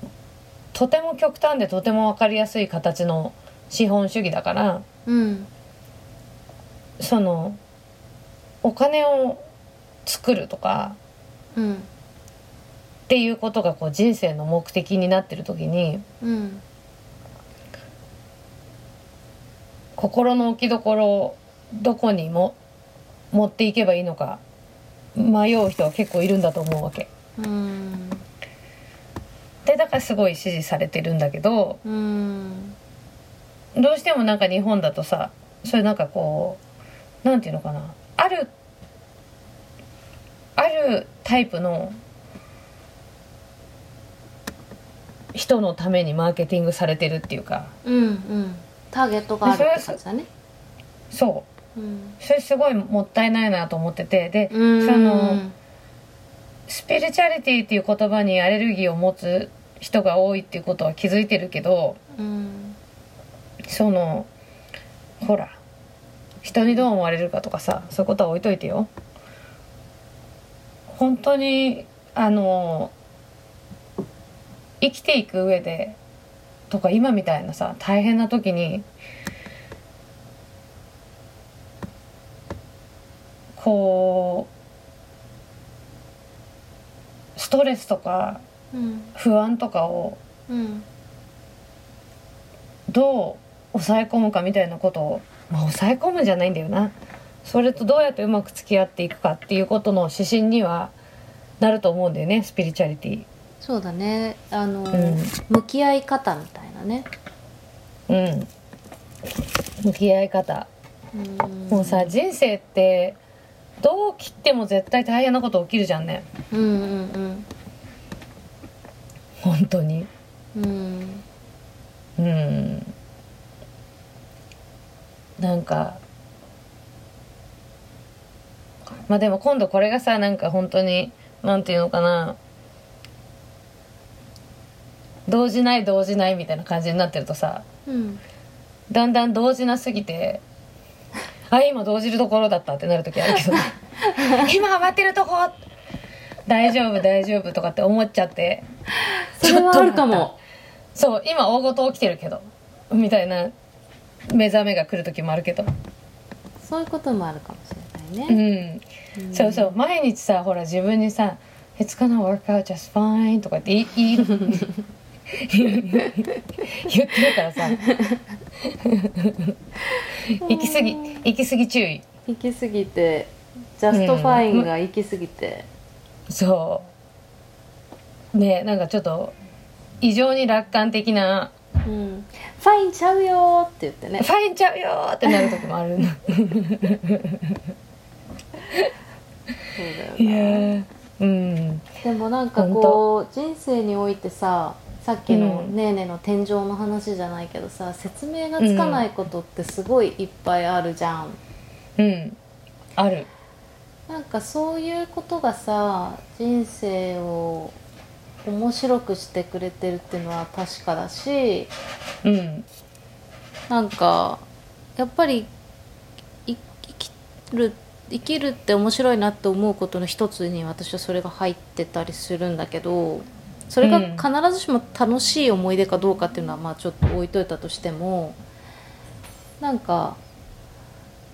[SPEAKER 7] うとても極端でとても分かりやすい形の資本主義だから
[SPEAKER 1] うん
[SPEAKER 7] そのお金を作るとか
[SPEAKER 1] うん
[SPEAKER 7] っていうことがこう人生の目的になってる時に
[SPEAKER 1] うん
[SPEAKER 7] 心の置きどころをどこにも持っていけばいいのか迷う人は結構いるんだと思うわけ。
[SPEAKER 1] うん
[SPEAKER 7] でだからすごい支持されてるんだけど
[SPEAKER 1] うん
[SPEAKER 7] どうしてもなんか日本だとさそれなんかこうなんていうのかなあるあるタイプの人のためにマーケティングされてるっていうか
[SPEAKER 1] うんうんターゲットがあるって感じだね
[SPEAKER 7] そ
[SPEAKER 1] うん
[SPEAKER 7] うそれすごいもったいないなと思っててでそ
[SPEAKER 1] うん
[SPEAKER 7] のスピリチュアリティっていう言葉にアレルギーを持つ人が多いっていうことは気づいてるけど
[SPEAKER 1] うん
[SPEAKER 7] そのほら人にどう思われるかとかさそういうことは置いといてよ本当にあの生きていく上でとか今みたいなさ大変な時にこうストレスとか
[SPEAKER 1] うん
[SPEAKER 7] 不安とかを
[SPEAKER 1] うん
[SPEAKER 7] どう抑え込むかみたいなことを、まあ、抑え込むんじゃないんだよなそれとどうやってうまく付き合っていくかっていうことの指針にはなると思うんだよねスピリチュアリテ
[SPEAKER 1] そうだねあの、
[SPEAKER 7] ん
[SPEAKER 1] 向き合い方みたいなね
[SPEAKER 7] ィうん向き合い方
[SPEAKER 1] うん
[SPEAKER 7] もうさ人生ってどう切っても絶対大変なこと起きるじゃんね
[SPEAKER 1] うんうん
[SPEAKER 7] 本当に
[SPEAKER 1] うんう
[SPEAKER 7] う
[SPEAKER 1] ん
[SPEAKER 7] んなんかまあでも今度これがさなんか本当になんていうのかな動じない動じないみたいな感じになってるとさ
[SPEAKER 1] うん
[SPEAKER 7] だんだん動じなすぎてあ今動じるところだったってなる時あるけ
[SPEAKER 1] <laughs>
[SPEAKER 7] ど今慌てるとこ大丈夫大丈夫とかって思っちゃって
[SPEAKER 1] それはあるかも
[SPEAKER 7] そう今大事起きてるけどみたいな目覚めが来る時もあるけど
[SPEAKER 1] そういうこともあるかもしれないうね、
[SPEAKER 7] んそうそう毎日さほら自分にさ「It's gonna work out just fine」とかって言い言 <laughs> い言ってるからさ行き過ぎ行き過ぎ注意
[SPEAKER 1] 行き過ぎてジャストファインが行き過ぎて
[SPEAKER 7] そうねなんかちょっと異常に楽観的な
[SPEAKER 1] うん、ファインちゃうよーって言っ
[SPEAKER 7] 「
[SPEAKER 1] てね
[SPEAKER 7] ファインちゃうよ!」ってなる時もあるの
[SPEAKER 1] そう
[SPEAKER 7] い
[SPEAKER 1] だ
[SPEAKER 7] や
[SPEAKER 1] よな
[SPEAKER 7] ーうん
[SPEAKER 1] でもなんかこう人生においてささっきの
[SPEAKER 7] うん
[SPEAKER 1] ねーねーの天井の話じゃないけどさ、説明がつかないことってすごいいっぱいあるじゃん
[SPEAKER 7] うんある
[SPEAKER 1] なんかそういうことがさ人生を面白くしてくれてるっていうのは確かだし
[SPEAKER 7] うん
[SPEAKER 1] なんかやっぱりい生きる生きるって面白いなって思うことの一つに私はそれが入ってたりするんだけどそれが
[SPEAKER 7] うん
[SPEAKER 1] 必ずしも楽しい思い出かどうかっていうのはまあちょっと置いといたとしてもなんか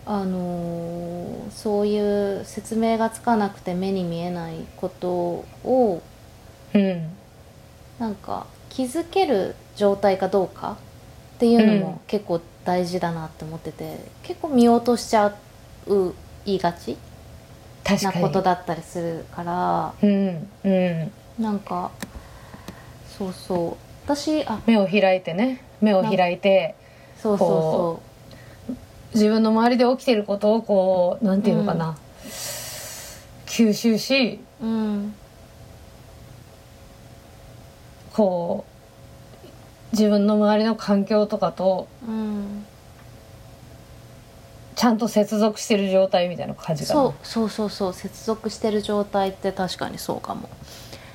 [SPEAKER 1] あのーそういう説明がつかなくて目に見えないことを
[SPEAKER 7] うん
[SPEAKER 1] なんか気づける状態かどうかっていうの
[SPEAKER 7] うん
[SPEAKER 1] も結構大事だなって思ってて、結構見落としちゃう言いがち
[SPEAKER 7] 確
[SPEAKER 1] な
[SPEAKER 7] かに
[SPEAKER 1] ことだったりするから
[SPEAKER 7] うんうん
[SPEAKER 1] なんかそうそう私あ
[SPEAKER 7] 目を開いてね目を開いて
[SPEAKER 1] そうそうそ
[SPEAKER 7] 自分の周りで起きてることをこうなんていうのかな、吸収し
[SPEAKER 1] ううん
[SPEAKER 7] こう自分の周りの環境とかと
[SPEAKER 1] うん
[SPEAKER 7] ちゃんと接続してる状態みたいな感じかな
[SPEAKER 1] そうそうそうそう接続してる状態って確かにそうかも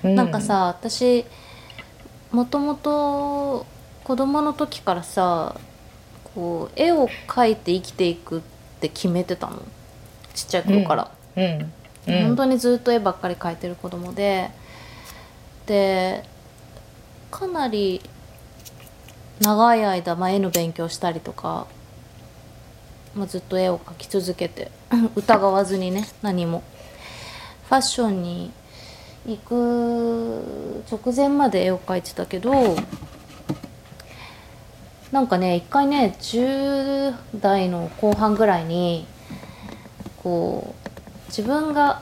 [SPEAKER 7] う
[SPEAKER 1] なんかさ私もともと子供の時からさこう絵を描いて生きていくって決めてたのちっちゃい頃から、
[SPEAKER 7] うんうん
[SPEAKER 1] 本当にずっと絵ばっかり描いてる子供ででかなり長い間、まあ、絵の勉強したりとか、まあ、ずっと絵を描き続けて <laughs> 疑わずにね何もファッションに行く直前まで絵を描いてたけどなんかね一回ね10代の後半ぐらいにこう自分が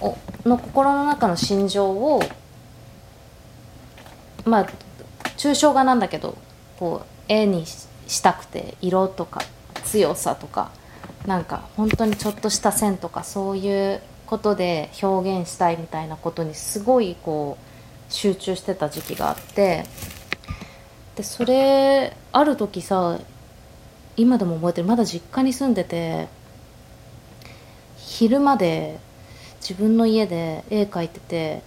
[SPEAKER 1] おの心の中の心情をまあ抽象画なんだけどこう絵にししたくて色とか強さとかなんか本当にちょっとした線とかそういうことで表現したいみたいなことにすごいこう集中してた時期があってでそれある時さ今でも覚えてるまだ実家に住んでて昼まで自分の家で絵描いてて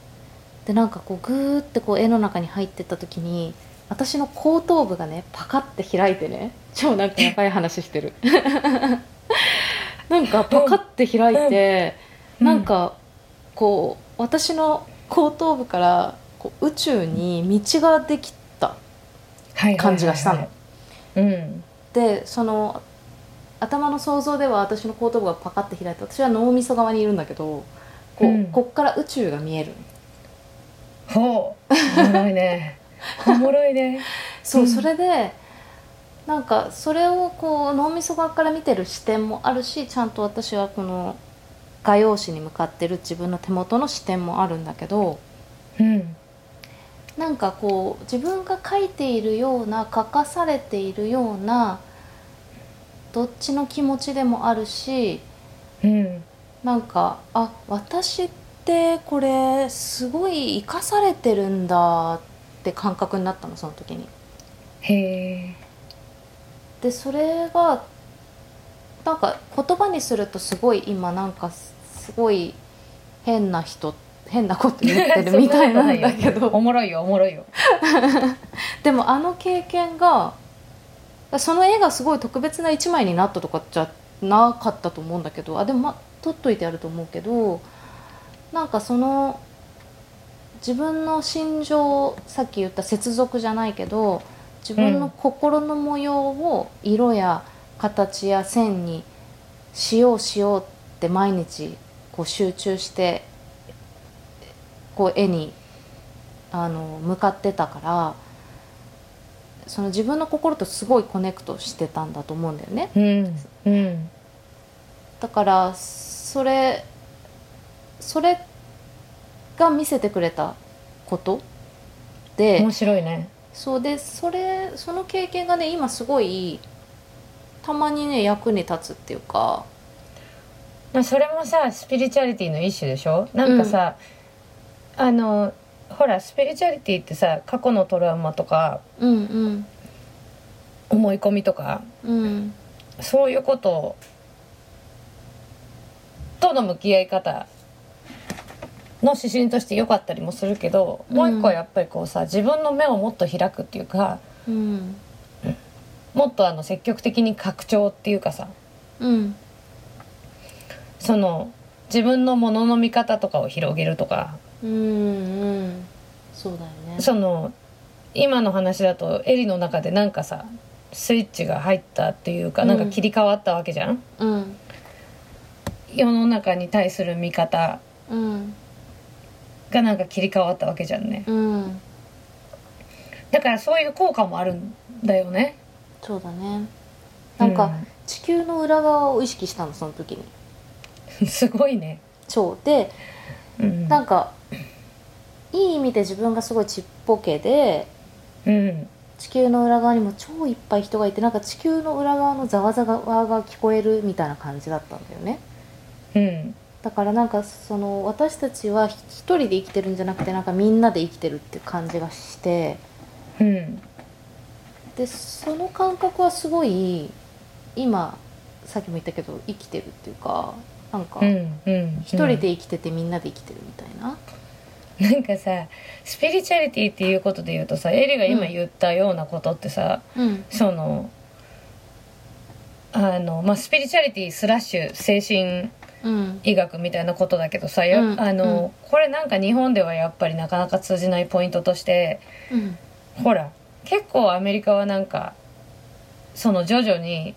[SPEAKER 1] でなんかこうグーってこう絵の中に入ってった時に私の後頭部がねパカッて開いてね超なんかやばい話してる <laughs> なんかパカッて開いて、
[SPEAKER 7] うん
[SPEAKER 1] なんかこう私の後頭部からこう宇宙に道ができた
[SPEAKER 7] はいはいはいはい
[SPEAKER 1] 感じがしたの。
[SPEAKER 7] うん
[SPEAKER 1] でその頭の想像では私の後頭部がパカッて開いて私は脳みそ側にいるんだけどこう、
[SPEAKER 7] うん
[SPEAKER 1] こっから宇宙が見える
[SPEAKER 7] ほうおもろいねおもろいね
[SPEAKER 1] そう、
[SPEAKER 7] うん
[SPEAKER 1] それでなんかそれをこう脳みそ側から見てる視点もあるしちゃんと私はこの画用紙に向かってる自分の手元の視点もあるんだけど
[SPEAKER 7] うん
[SPEAKER 1] なんかこう自分が書いているような書かされているようなどっちの気持ちでもあるし
[SPEAKER 7] うん
[SPEAKER 1] なんかあ私ってこれすごい生かされてるんだって感覚になったのその時に。
[SPEAKER 7] へえ
[SPEAKER 1] でそれがなんか言葉にするとすごい今なんかすすごい変な人変なこと言ってるみたいなん
[SPEAKER 7] <laughs>
[SPEAKER 1] だ <laughs> け
[SPEAKER 7] お
[SPEAKER 1] ど
[SPEAKER 7] もろいよおもろいよ
[SPEAKER 1] でもあの経験がその絵がすごい特別な一枚になったとかじゃなかったと思うんだけどあでもまあ撮っといてあると思うけどなんかその自分の心情さっき言った接続じゃないけど自分の心の模様を色や形や線にしようしようって毎日こう集中してこう絵にあの向かってたからその自分の心とすごいコネクトしてたんだと思うんだよね。
[SPEAKER 7] うんうん
[SPEAKER 1] だからそれそれが見せてくれたことで
[SPEAKER 7] 面白いね
[SPEAKER 1] そうでそれその経験がね今すごいたまにね役に立つっていうか
[SPEAKER 7] まあ、それもさスピリチュアリティの一種でしょなんかさ、あのほらスピリチュアリティってさ過去のトラウマとか
[SPEAKER 1] うんうん
[SPEAKER 7] 思い込みとか
[SPEAKER 1] うん
[SPEAKER 7] そういうこととの向き合い方の指針として良かったりもするけど、もう一個はやっぱりこうさ自分の目をもっと開くっていうか
[SPEAKER 1] うん
[SPEAKER 7] もっとあの積極的に拡張っていうかさ
[SPEAKER 1] うん
[SPEAKER 7] その自分のものの見方とかを広げるとか
[SPEAKER 1] うんうんそうだよね
[SPEAKER 7] その今の話だとエリの中でなんかさスイッチが入ったっていうかなんか切り替わったわけじゃん、
[SPEAKER 1] うん
[SPEAKER 7] 世の中に対する見方
[SPEAKER 1] うん
[SPEAKER 7] がなんか切り替わったわけじゃんね
[SPEAKER 1] うん
[SPEAKER 7] だからそういう効果もあるんだよね
[SPEAKER 1] そうだねなんか、地球の裏側を意識したのその時に
[SPEAKER 7] うんすごいね、
[SPEAKER 1] そうで
[SPEAKER 7] うん、
[SPEAKER 1] なんかいい意味で自分がすごいちっぽけで
[SPEAKER 7] うん
[SPEAKER 1] 地球の裏側にも超いっぱい人がいてなんか地球の裏側のざわざわが聞こえるみたいな感じだったんだよね
[SPEAKER 7] うん
[SPEAKER 1] だからなんかその私たちは一人で生きてるんじゃなくてなんかみんなで生きてるっていう感じがして
[SPEAKER 7] うん
[SPEAKER 1] でその感覚はすごい今さっきも言ったけど生きてるっていうかなんか
[SPEAKER 7] うんうん
[SPEAKER 1] 一人で生きててみんなで生きてるみたいな
[SPEAKER 7] なんかさスピリチュアリティっていうことで言うとさエリが今言ったようなことってさ、
[SPEAKER 1] うん
[SPEAKER 7] そのあの、まあ、スピリチュアリティスラッシュ精神
[SPEAKER 1] うん
[SPEAKER 7] 医学みたいなことだけどさ、や
[SPEAKER 1] うん
[SPEAKER 7] あの、これなんか日本ではやっぱりなかなか通じないポイントとして
[SPEAKER 1] うん
[SPEAKER 7] ほら結構アメリカはなんかその徐々に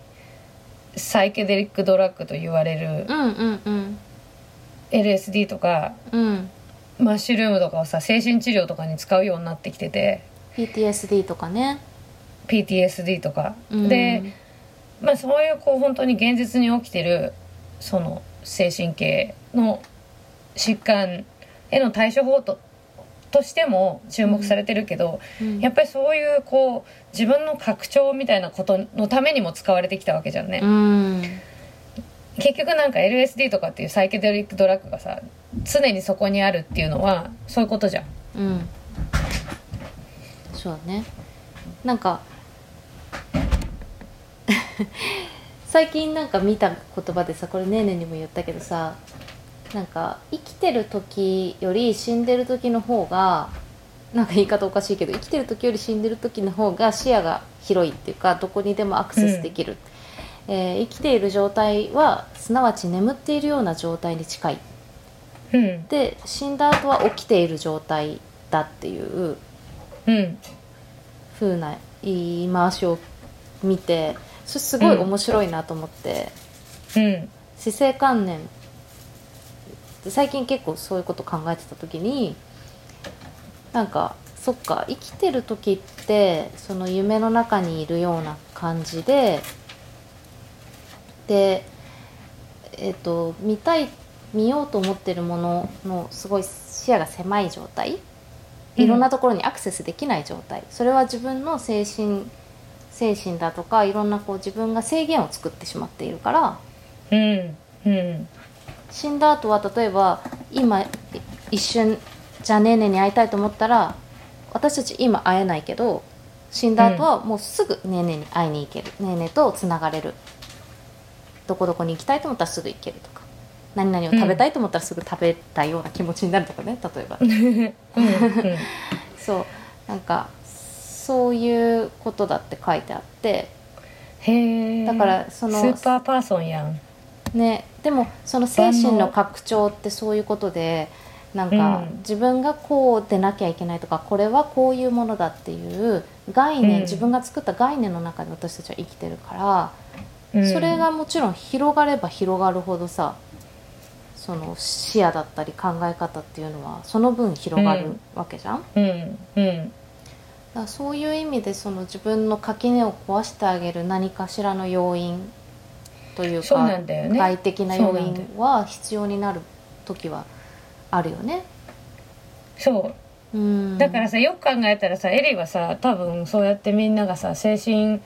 [SPEAKER 7] サイケデリックドラッグと言われる
[SPEAKER 1] うんうんうん
[SPEAKER 7] LSD とか
[SPEAKER 1] うん
[SPEAKER 7] マッシュルームとかをさ精神治療とかに使うようになってきてて
[SPEAKER 1] PTSD とかね
[SPEAKER 7] PTSD とか、
[SPEAKER 1] うん
[SPEAKER 7] で、まあ、そういうこう本当に現実に起きてるその精神系の疾患への対処法ととしても注目されてるけど、
[SPEAKER 1] うん
[SPEAKER 7] やっぱりそういうこう自分の拡張みたいなことのためにも使われてきたわけじゃんね。
[SPEAKER 1] うん
[SPEAKER 7] 結局なんか LSD とかっていうサイケデリックドラッグがさ常にそこにあるっていうのはそういうことじゃん。
[SPEAKER 1] うんそうだねなんか <laughs> 最近なんか見た言葉でさこれねーねーにも言ったけどさなんか生きてる時より死んでる時の方がなんか言い方おかしいけど生きてる時より死んでる時の方が視野が広いっていうかどこにでもアクセスできる、えー生きている状態はすなわち眠っているような状態に近い
[SPEAKER 7] うん
[SPEAKER 1] で死んだ後は起きている状態だっていう
[SPEAKER 7] うん
[SPEAKER 1] 風な言い回しを見てそれすごい面白いなと思って、
[SPEAKER 7] うん
[SPEAKER 1] 死生観念で最近結構そういうこと考えてた時になんかそっか生きてる時ってその夢の中にいるような感じででえっ、と見たい見ようと思ってるもののすごい視野が狭い状態
[SPEAKER 7] うん
[SPEAKER 1] いろんなところにアクセスできない状態、それは自分の精神精神だとかいろんなこう自分が制限を作ってしまっているから
[SPEAKER 7] うん
[SPEAKER 1] <laughs>
[SPEAKER 7] うん
[SPEAKER 1] 死んだ後は例えば今い一瞬じゃあねーねーに会いたいと思ったら私たち今会えないけど死んだ後はもうすぐねーねーに会いに行ける、ねーねーとつながれるどこどこに行きたいと思ったらすぐ行けるとか何々を食べたいと思ったらすぐ食べたいような気持ちになるとかね例えば
[SPEAKER 7] うん
[SPEAKER 1] そうなんかそういうことだって書いてあって
[SPEAKER 7] へえ
[SPEAKER 1] だからその
[SPEAKER 7] スーパーパーソンやん
[SPEAKER 1] ね、でもその精神の拡張ってそういうことでなんか
[SPEAKER 7] うん
[SPEAKER 1] 自分がこうでなきゃいけないとかこれはこういうものだっていう概念、
[SPEAKER 7] うん
[SPEAKER 1] 自分が作った概念の中で私たちは生きてるか
[SPEAKER 7] う
[SPEAKER 1] ら、
[SPEAKER 7] ん
[SPEAKER 1] それがもちろん広がれば広がるほどさその視野だったり考え方っていうのはその分広がるわけじゃん、だ
[SPEAKER 7] うんうん
[SPEAKER 1] からそういう意味でその自分の垣根を壊してあげる何かしらの要因というか
[SPEAKER 7] そうなんだよね
[SPEAKER 1] 外的な要因は必要になる時はあるよね。、
[SPEAKER 7] そううんだからさよく考えたらさエリーはさ多分そうやってみんながさ精神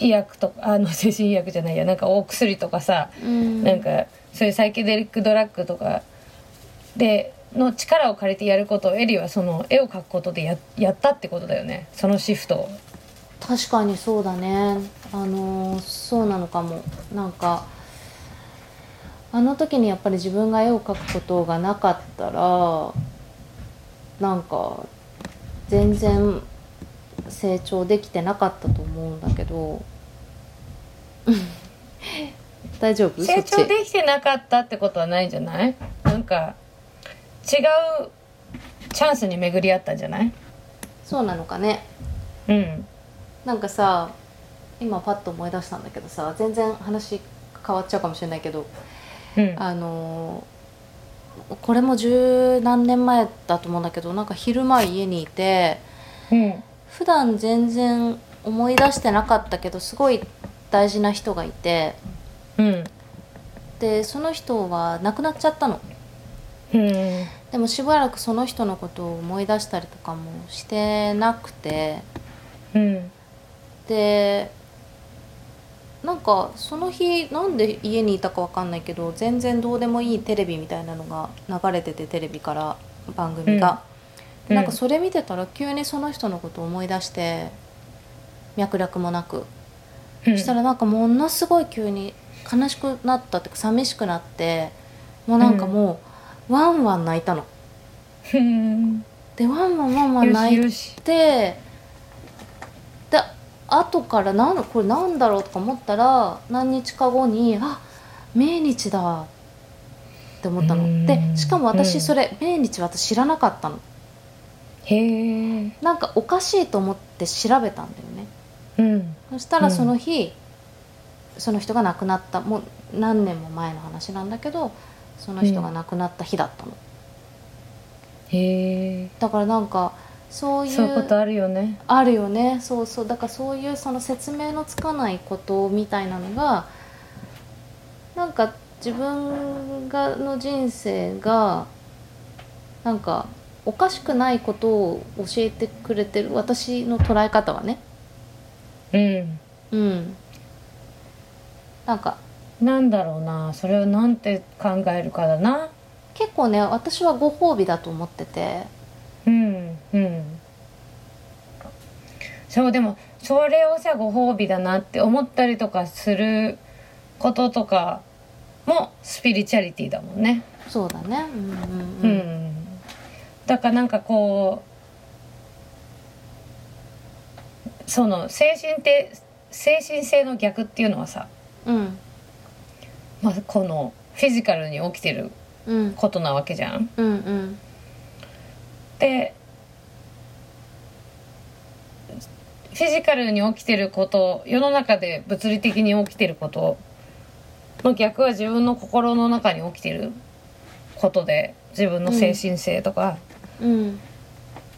[SPEAKER 7] 医薬とかあの <laughs> 精神医薬じゃないやなんかお薬とかさ、
[SPEAKER 1] うん、
[SPEAKER 7] なんかそういうサイケデリックドラッグとかでの力を借りてやることをエリーはその絵を描くことでややったってことだよねそのシフトを
[SPEAKER 1] 確かにそうだねあのーそうなのかもなんかあの時にやっぱり自分が絵を描くことがなかったらなんか全然成長できてなかったと思うんだけ
[SPEAKER 7] <laughs>
[SPEAKER 1] ど大丈夫
[SPEAKER 7] 成
[SPEAKER 1] そ
[SPEAKER 7] 長
[SPEAKER 1] っち
[SPEAKER 7] できてなかったってことはないんじゃないなんか違うチャンスに巡り合ったんじゃない
[SPEAKER 1] そうなのかね
[SPEAKER 7] うん
[SPEAKER 1] なんかさ今パッと思い出したんだけどさ全然話変わっちゃうかもしれないけど
[SPEAKER 7] うん
[SPEAKER 1] あのーこれも十何年前だと思うんだけどなんか昼間家にいて
[SPEAKER 7] うん
[SPEAKER 1] 普段全然思い出してなかったけどすごい大事な人がいて
[SPEAKER 7] うん
[SPEAKER 1] でその人は亡くなっちゃったの
[SPEAKER 7] うん
[SPEAKER 1] でもしばらくその人のことを思い出したりとかもしてなくて
[SPEAKER 7] うん
[SPEAKER 1] でなんかその日なんで家にいたかわかんないけど全然どうでもいいテレビみたいなのが流れててテレビから番組が、
[SPEAKER 7] うん
[SPEAKER 1] でなんかそれ見てたら急にその人のことを思い出して脈絡もなく、
[SPEAKER 7] うん
[SPEAKER 1] そしたらなんかものすごい急に悲しくなったっていうか寂しくなってもうなんかもうワンワン泣いたの。
[SPEAKER 7] うん
[SPEAKER 1] でワンワンワンワン
[SPEAKER 7] よ
[SPEAKER 1] 泣い
[SPEAKER 7] してよし
[SPEAKER 1] で後からなんこれなんだろうとか思ったら何日か後に「あ命日だって思った
[SPEAKER 7] う
[SPEAKER 1] の
[SPEAKER 7] ん
[SPEAKER 1] でしかも
[SPEAKER 7] う
[SPEAKER 1] 私
[SPEAKER 7] ん
[SPEAKER 1] それ命日私知らなかったの
[SPEAKER 7] へえ
[SPEAKER 1] なんかおかしいと思って調べたんだよね
[SPEAKER 7] うん
[SPEAKER 1] そしたらその日、その人が亡くなったもう何年も前の話なんだけどその人が亡くなった日だったの、
[SPEAKER 7] へえ
[SPEAKER 1] だからなんかそういう
[SPEAKER 7] そういうことあるよね
[SPEAKER 1] あるよねそうそうだからそういうその説明のつかないことみたいなのがなんか自分がの人生がなんかおかしくないことを教えてくれてる私の捉え方はね
[SPEAKER 7] うん
[SPEAKER 1] うんなんか
[SPEAKER 7] なんだろうなそれをなんて考えるかだな
[SPEAKER 1] 結構ね私はご褒美だと思ってて
[SPEAKER 7] うんうんそうでもそれをさご褒美だなって思ったりとかすることとかもスピリチュアリティだもんね
[SPEAKER 1] そうだねうんうん
[SPEAKER 7] う
[SPEAKER 1] うん、
[SPEAKER 7] んだからなんかこうその精神て精神性の逆っていうのはさ、
[SPEAKER 1] うん
[SPEAKER 7] まあ、このフィジカルに起きてる
[SPEAKER 1] うん
[SPEAKER 7] ことなわけじゃん。
[SPEAKER 1] うんうん
[SPEAKER 7] でフィジカルに起きてること世の中で物理的に起きてることの逆は自分の心の中に起きてることで自分の精神性とか、
[SPEAKER 1] うん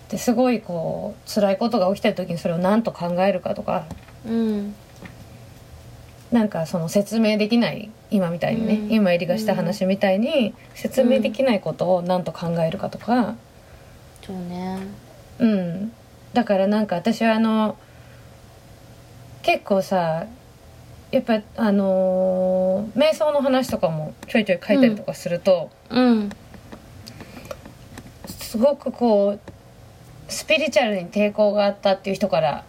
[SPEAKER 7] ですごいこう辛いことが起きた時にそれを何と考えるかとか
[SPEAKER 1] うん
[SPEAKER 7] なんかその説明できない今みたいにね、
[SPEAKER 1] うん
[SPEAKER 7] 今入りがした話みたいに説明できないことを何と考えるかとか、
[SPEAKER 1] そうね
[SPEAKER 7] うんだからなんか私はあの結構さやっぱあのー瞑想の話とかもちょいちょい書いたりとかすると、
[SPEAKER 1] うん
[SPEAKER 7] すごくこうスピリチュアルに抵抗があったっていう人から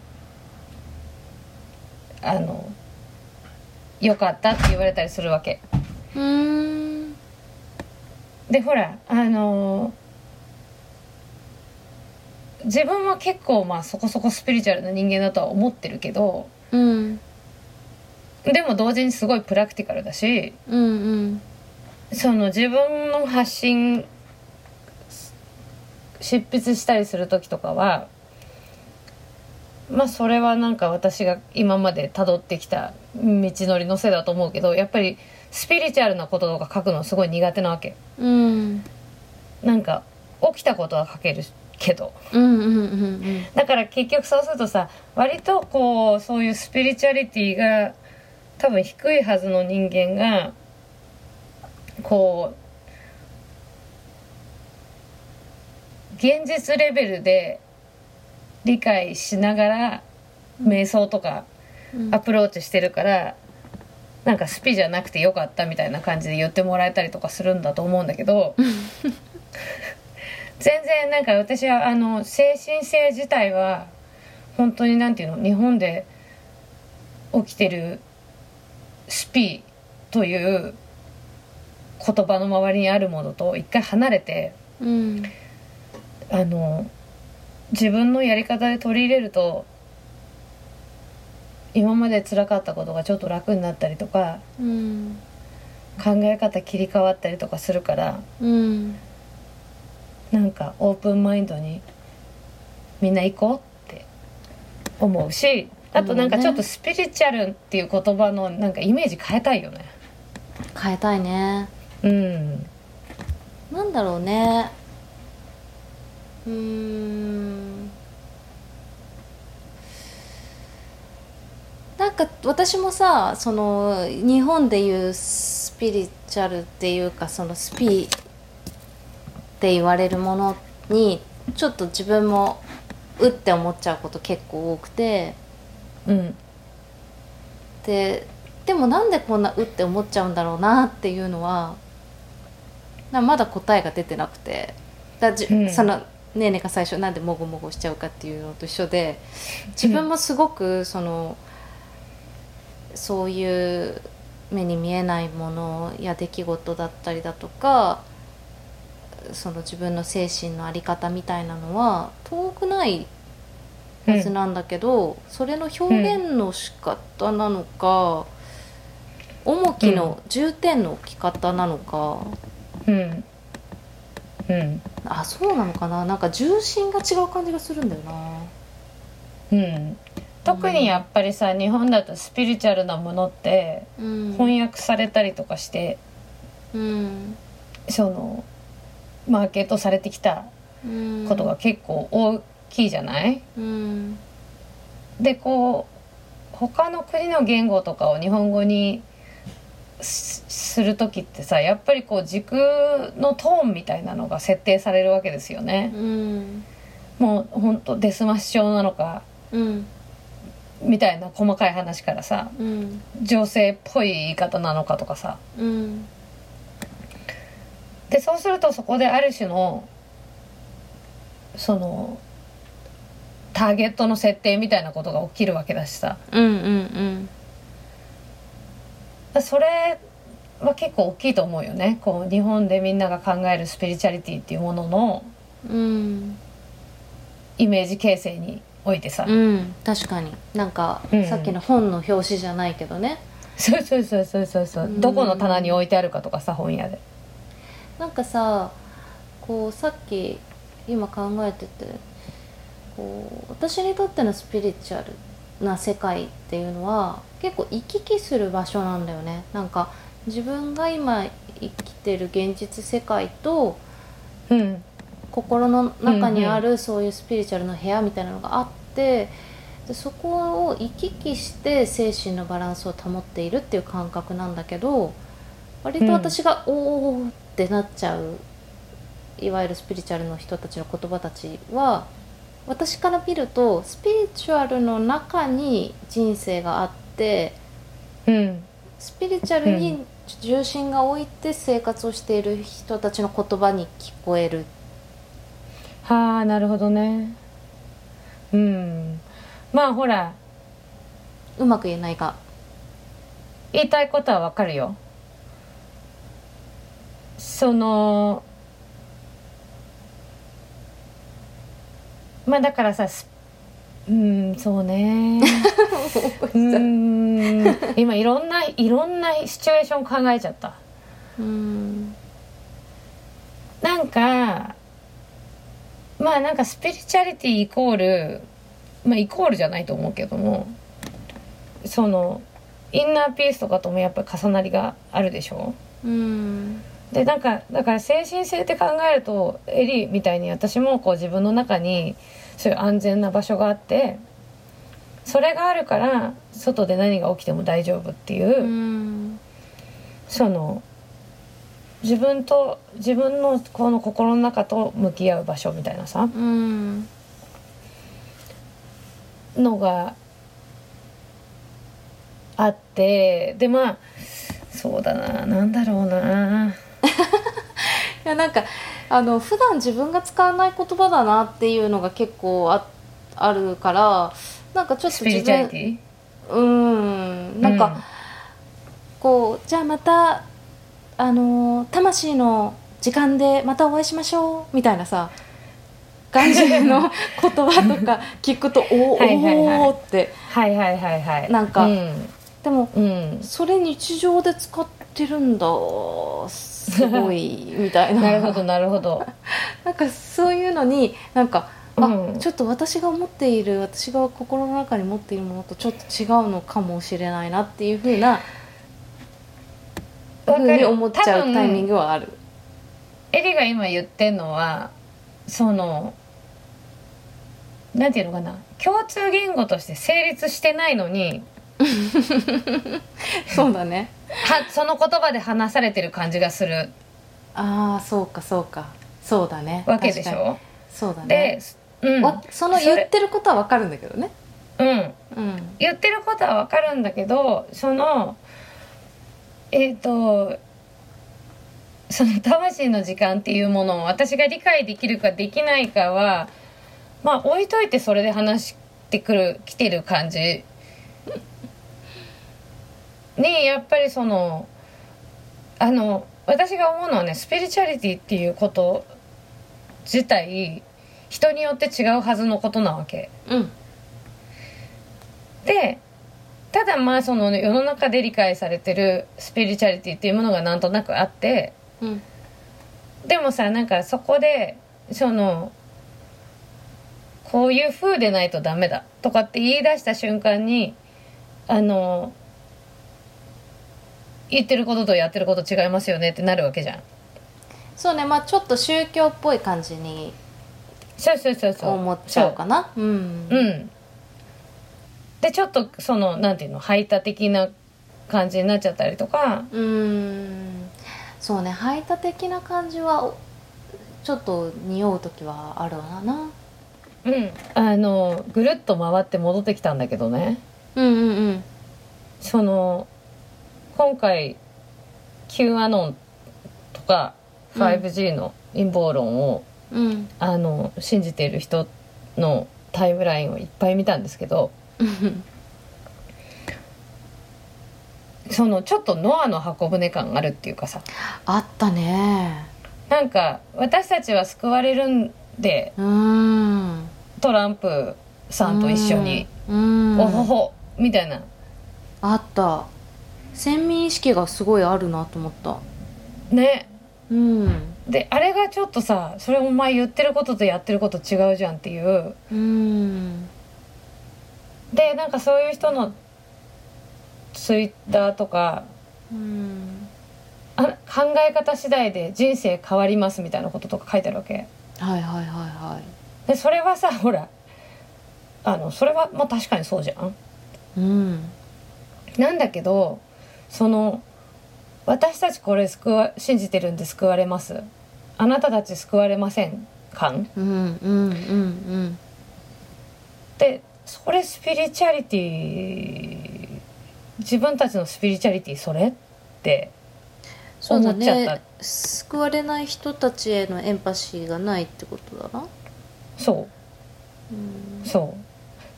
[SPEAKER 7] あの良かったって言われたりするわけ
[SPEAKER 1] うーん
[SPEAKER 7] でほらあの自分は結構まあそこそこスピリチュアルな人間だとは思ってるけど
[SPEAKER 1] うん
[SPEAKER 7] でも同時にすごいプラクティカルだし
[SPEAKER 1] うん
[SPEAKER 7] その自分の発信執筆したりする時とかはまあそれはなんか私が今まで辿ってきた道のりのせいだと思うけどやっぱりスピリチュアルなこととか書くのすごい苦手なわけ
[SPEAKER 1] うんうん
[SPEAKER 7] なんか起きたことは書けるけど
[SPEAKER 1] うんうんうん
[SPEAKER 7] だから結局そうするとさ割とこうそういうスピリチュアリティが多分低いはずの人間がこう現実レベルで理解しながら瞑想とか
[SPEAKER 1] うん
[SPEAKER 7] アプローチしてるからなんかスピじゃなくてよかったみたいな感じで言ってもらえたりとかするんだと思うんだけど全然なんか私はあの精神性自体は本当になんていうの日本で起きてるスピという言葉の周りにあるものと一回離れて
[SPEAKER 1] うん
[SPEAKER 7] あの自分のやり方で取り入れると今まで辛かったことがちょっと楽になったりとか
[SPEAKER 1] うん
[SPEAKER 7] 考え方切り替わったりとかするから
[SPEAKER 1] うん
[SPEAKER 7] なんかオープンマインドにみんな行こうって思うしあとなんかちょっとスピリチュアルっていう言葉のなんかイメージ変えたいよね。
[SPEAKER 1] 変えたいね
[SPEAKER 7] うん、
[SPEAKER 1] なんだろうねうーんなんか私もさその日本でいうスピリチュアルっていうかそのスピって言われるものにちょっと自分もうって思っちゃうこと結構多くて
[SPEAKER 7] うん、
[SPEAKER 1] ででもなんでこんなうって思っちゃうんだろうなっていうのはなまだ答えが出てなくてだじ、
[SPEAKER 7] うん
[SPEAKER 1] そのねえねえが最初なんでもごもごしちゃうかっていうのと一緒で自分もすごくその、そういう目に見えないものや出来事だったりだとかその自分の精神の在り方みたいなのは遠くないはずなんだけど、それの表現の仕方なのか、重きの重点の置き方なのか、
[SPEAKER 7] うんうん
[SPEAKER 1] あそうなのかななんか重心が違う感じがするんだよな
[SPEAKER 7] うん特にやっぱりさ日本だとスピリチュアルなものって
[SPEAKER 1] うん
[SPEAKER 7] 翻訳されたりとかして
[SPEAKER 1] うん
[SPEAKER 7] そのマーケットされてきた
[SPEAKER 1] うん
[SPEAKER 7] ことが結構大きいじゃない
[SPEAKER 1] うん
[SPEAKER 7] でこう他の国の言語とかを日本語にすする時ってさやっぱりこう軸のトーンみたいなのが設定されるわけですよね。
[SPEAKER 1] うん
[SPEAKER 7] もうほんとデスマッシュ調なのか
[SPEAKER 1] うん
[SPEAKER 7] みたいな細かい話からさ
[SPEAKER 1] うん
[SPEAKER 7] 女性っぽい言い方なのかとかさ
[SPEAKER 1] うん
[SPEAKER 7] でそうするとそこである種のそのターゲットの設定みたいなことが起きるわけだしさ
[SPEAKER 1] うんうん
[SPEAKER 7] それは結構大きいと思うよねこう日本でみんなが考えるスピリチュアリティっていうものの
[SPEAKER 1] うん
[SPEAKER 7] イメージ形成においてさ、
[SPEAKER 1] うん確かになんか、
[SPEAKER 7] うん
[SPEAKER 1] さっきの本の表紙じゃないけどね
[SPEAKER 7] そうそうそうそうそうそう、
[SPEAKER 1] うん
[SPEAKER 7] どこの棚に置いてあるかとかさ本屋で
[SPEAKER 1] なんかさこうさっき今考えててこう私にとってのスピリチュアルな世界っていうのは結構行き来する場所なんだよねなんか自分が今生きてる現実世界と
[SPEAKER 7] うん
[SPEAKER 1] 心の中にあ
[SPEAKER 7] う
[SPEAKER 1] るそういうスピリチュアルの部屋みたいなのがあってでそこを行き来して精神のバランスを保っているっていう感覚なんだけど割と私が「おー」ってなっちゃういわゆるスピリチュアルの人たちの言葉たちは私から見るとスピリチュアルの中に人生があって
[SPEAKER 7] うん
[SPEAKER 1] スピリチュアルに重心が置いて生活をしている人たちの言葉に聞こえる。
[SPEAKER 7] はあなるほどねうんまあほら
[SPEAKER 1] うまく言えないが
[SPEAKER 7] 言いたいことはわかるよそのまあだからさすうんそうねうん今いろんないろんなシチュエーション考えちゃった
[SPEAKER 1] うん
[SPEAKER 7] なんかまあなんかスピリチュアリティイコールまあイコールじゃないと思うけどもそのインナーピースとかともやっぱり重なりがあるでしょ
[SPEAKER 1] うん
[SPEAKER 7] でなんかだから精神性って考えるとエリーみたいに私もこう自分の中にそういう安全な場所があってそれがあるから外で何が起きても大丈夫っていうう、
[SPEAKER 1] ん
[SPEAKER 7] その自分と自分のこの心の中と向き合う場所みたいなさ
[SPEAKER 1] うん
[SPEAKER 7] のがあってでまあそうだななんだろうない
[SPEAKER 1] やなんかあの普段自分が使わない言葉だなっていうのが結構ああるからなんかちょっ
[SPEAKER 7] ス
[SPEAKER 1] と
[SPEAKER 7] ピ
[SPEAKER 1] 自
[SPEAKER 7] リチュアリ
[SPEAKER 1] 分
[SPEAKER 7] ティ
[SPEAKER 1] うんなんか、こうじゃあまたあのー魂の時間でまたお会いしましょうみたいなさ感じ
[SPEAKER 7] <laughs>
[SPEAKER 1] の言葉とか聞くとおお
[SPEAKER 7] はいはいはい
[SPEAKER 1] おーって
[SPEAKER 7] はいはいはいはい
[SPEAKER 1] なんか
[SPEAKER 7] うん
[SPEAKER 1] でも
[SPEAKER 7] うん
[SPEAKER 1] それ日常で使ってるんだすごいみたいな
[SPEAKER 7] なるほ
[SPEAKER 1] <laughs>
[SPEAKER 7] どなるほど。
[SPEAKER 1] なんかそういうのになんかあ、
[SPEAKER 7] うん
[SPEAKER 1] ちょっと私が思っている私が心の中に持っているものとちょっと違うのかもしれないなっていうふうな
[SPEAKER 7] わ
[SPEAKER 1] ふう
[SPEAKER 7] か
[SPEAKER 1] に
[SPEAKER 7] る
[SPEAKER 1] 思っちゃ
[SPEAKER 7] 多
[SPEAKER 1] う
[SPEAKER 7] 分
[SPEAKER 1] タイミングはある。
[SPEAKER 7] エリが今言ってんのはそのなんていうのかな共通言語として成立してないのに
[SPEAKER 1] そうだね。
[SPEAKER 7] はその言葉で話されてる感じがする
[SPEAKER 1] ああそうかそうかそうだね。
[SPEAKER 7] わけでし
[SPEAKER 1] 確かに
[SPEAKER 7] ょ。
[SPEAKER 1] そうだ
[SPEAKER 7] で
[SPEAKER 1] ね。、
[SPEAKER 7] うん
[SPEAKER 1] わその
[SPEAKER 7] それ
[SPEAKER 1] 言ってることはわかるんだけどね。
[SPEAKER 7] うん、
[SPEAKER 1] うん
[SPEAKER 7] 言ってることはわかるんだけどそのえっ、とその <laughs> 魂の時間っていうものを私が理解できるかできないかはまあ置いといてそれで話してくる来てる感じにやっぱりそのあの私が思うのはねスピリチュアリティっていうこと自体人によって違うはずのことなわけ。
[SPEAKER 1] うん
[SPEAKER 7] でたただまあその世の中で理解されてるスピリチュアリティっていうものがなんとなくあって
[SPEAKER 1] うん
[SPEAKER 7] でもさなんかそこでそのこういう風でないとダメだとかって言い出した瞬間にあの言ってることとやってること違いますよねってなるわけじゃん。
[SPEAKER 1] そうねまあちょっと宗教っぽい感じに
[SPEAKER 7] そうそうそうそう
[SPEAKER 1] 思っちゃうかなうん
[SPEAKER 7] そううんでちょっとそのなんていうの排他的な感じになっちゃったりとか
[SPEAKER 1] うーんそうね排他的な感じはおちょっと匂う時はあるわな
[SPEAKER 7] うんあのぐるっと回って戻ってきたんだけどね
[SPEAKER 1] うんうんうん
[SPEAKER 7] その今回 Q アノンとか 5G の陰謀論を、
[SPEAKER 1] うん
[SPEAKER 7] あの信じている人のタイムラインをいっぱい見たんですけどそのちょっとノアの箱舟感があるっていうかさ
[SPEAKER 1] あったね
[SPEAKER 7] なんか私たちは救われるんで
[SPEAKER 1] うーん
[SPEAKER 7] トランプさんと一緒に、
[SPEAKER 1] うん
[SPEAKER 7] おほほみたいな
[SPEAKER 1] あった先民意識がすごいあるなと思った
[SPEAKER 7] ね
[SPEAKER 1] うん
[SPEAKER 7] であれがちょっとさそれお前言ってることとやってること違うじゃんっていう
[SPEAKER 1] うん
[SPEAKER 7] でなんかそういう人のツイッターとか
[SPEAKER 1] うん
[SPEAKER 7] あ考え方次第で人生変わりますみたいなこととか書いてあるわけ
[SPEAKER 1] はいはいはいはい
[SPEAKER 7] でそれはさほらあのそれはまあ確かにそうじゃん
[SPEAKER 1] うん
[SPEAKER 7] なんだけどその私たちこれ救わ信じてるんで救われますあなたたち救われません感
[SPEAKER 1] うんうんうん
[SPEAKER 7] でそれスピリチュアリティ自分たちのスピリチュアリティそれって
[SPEAKER 1] そうだ
[SPEAKER 7] 思っちゃった
[SPEAKER 1] ね救われない人たちへのエンパシーがないってことだな
[SPEAKER 7] そう
[SPEAKER 1] うん
[SPEAKER 7] そう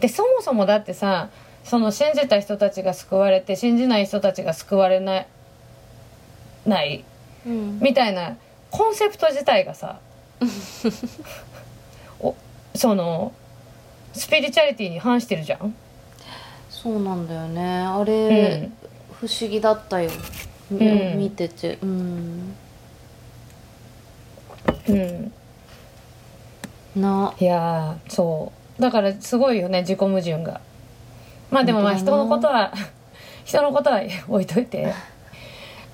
[SPEAKER 7] でそもそもだってさその信じた人たちが救われて信じない人たちが救われないない
[SPEAKER 1] うん
[SPEAKER 7] みたいなコンセプト自体が
[SPEAKER 1] <laughs>
[SPEAKER 7] さおそのスピリチュアリティに反してるじゃん、
[SPEAKER 1] そうなんだよねあれ、不思議だったよ、み
[SPEAKER 7] うん
[SPEAKER 1] 見ててうん
[SPEAKER 7] うんうん、
[SPEAKER 1] ない
[SPEAKER 7] やーそうだからすごいよね自己矛盾がまあでもまあ
[SPEAKER 1] 本
[SPEAKER 7] 人
[SPEAKER 1] 当だな
[SPEAKER 7] のことは <laughs> 人のことは置いといて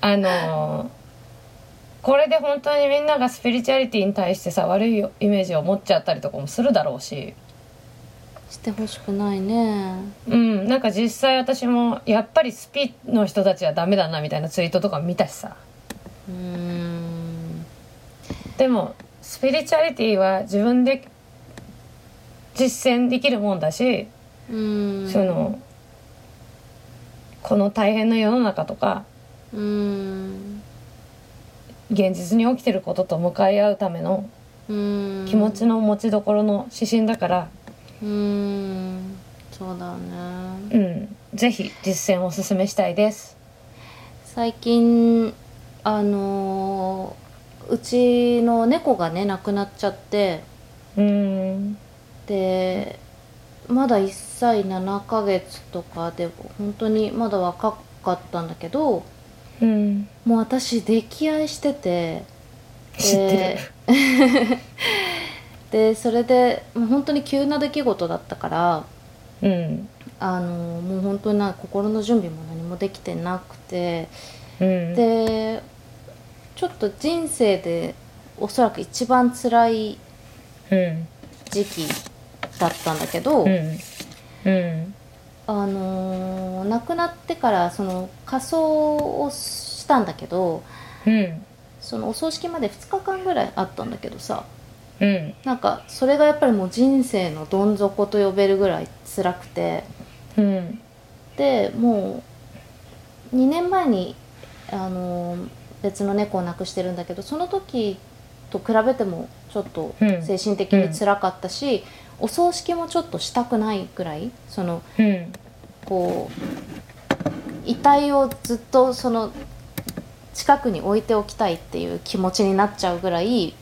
[SPEAKER 7] あのーこれで本当にみんながスピリチュアリティに対してさ悪いイメージを持っちゃったりとかもするだろうし
[SPEAKER 1] してほしくないね
[SPEAKER 7] うんなんか実際私もやっぱりスピの人たちはダメだなみたいなツイートとか見たしさ
[SPEAKER 1] うん
[SPEAKER 7] でもスピリチュアリティは自分で実践できるもんだし
[SPEAKER 1] うん
[SPEAKER 7] そのこの大変な世の中とか
[SPEAKER 1] うん
[SPEAKER 7] 現実に起きてることと向かい合うための
[SPEAKER 1] うん
[SPEAKER 7] 気持ちの持ちどころの指針だから、
[SPEAKER 1] うんそうだね
[SPEAKER 7] うん、ぜひ実践をおすすめしたいです。
[SPEAKER 1] 最近あのーうちの猫がね亡くなっちゃって
[SPEAKER 7] うん
[SPEAKER 1] でまだ1歳7ヶ月とかで本当にまだ若かったんだけど
[SPEAKER 7] うん
[SPEAKER 1] もう私溺愛してて
[SPEAKER 7] 知って
[SPEAKER 1] で <laughs> でそれでもう本当に急な出来事だったから
[SPEAKER 7] る。うん
[SPEAKER 1] あのもう本当にな心の準備も何もできてなくて
[SPEAKER 7] うん、
[SPEAKER 1] でちょっと人生でおそらく一番辛い
[SPEAKER 7] うん
[SPEAKER 1] 時期だったんだけど、
[SPEAKER 7] うんうん
[SPEAKER 1] あのー亡くなってからその仮装をしたんだけど
[SPEAKER 7] うん
[SPEAKER 1] そのお葬式まで2日間ぐらいあったんだけどさ
[SPEAKER 7] うん
[SPEAKER 1] なんかそれがやっぱりもう人生のどん底と呼べるぐらい辛くて
[SPEAKER 7] うん
[SPEAKER 1] でもう2年前にあのー別の猫を亡くしてるんだけどその時と比べてもちょっと
[SPEAKER 7] うん
[SPEAKER 1] 精神的に辛かったし、お葬式もちょっとしたくないぐらいその
[SPEAKER 7] うん
[SPEAKER 1] こう遺体をずっとその近くに置いておきたいっていう気持ちになっちゃうぐらい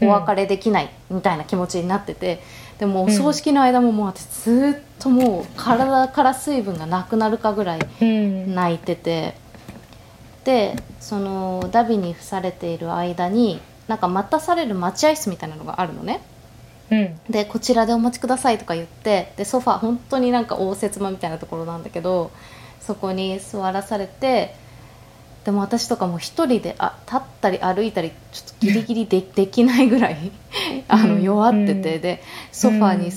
[SPEAKER 1] お別れできないみたいな気持ちになってて、でもお葬式の間ももう私ずっともう体から水分がなくなるかぐらい
[SPEAKER 7] うん
[SPEAKER 1] 泣いててでそのダビに付されている間になんか待たされる待合室みたいなのがあるのね
[SPEAKER 7] うん
[SPEAKER 1] でこちらでお待ちくださいとか言ってでソファー本当になんか応接間みたいなところなんだけどそこに座らされてでも私とかもう一人であ立ったり歩いたりちょっとギリギリでできないぐらいあ
[SPEAKER 7] う
[SPEAKER 1] の
[SPEAKER 7] ん
[SPEAKER 1] 弱ってて、
[SPEAKER 7] うん
[SPEAKER 1] でソファーに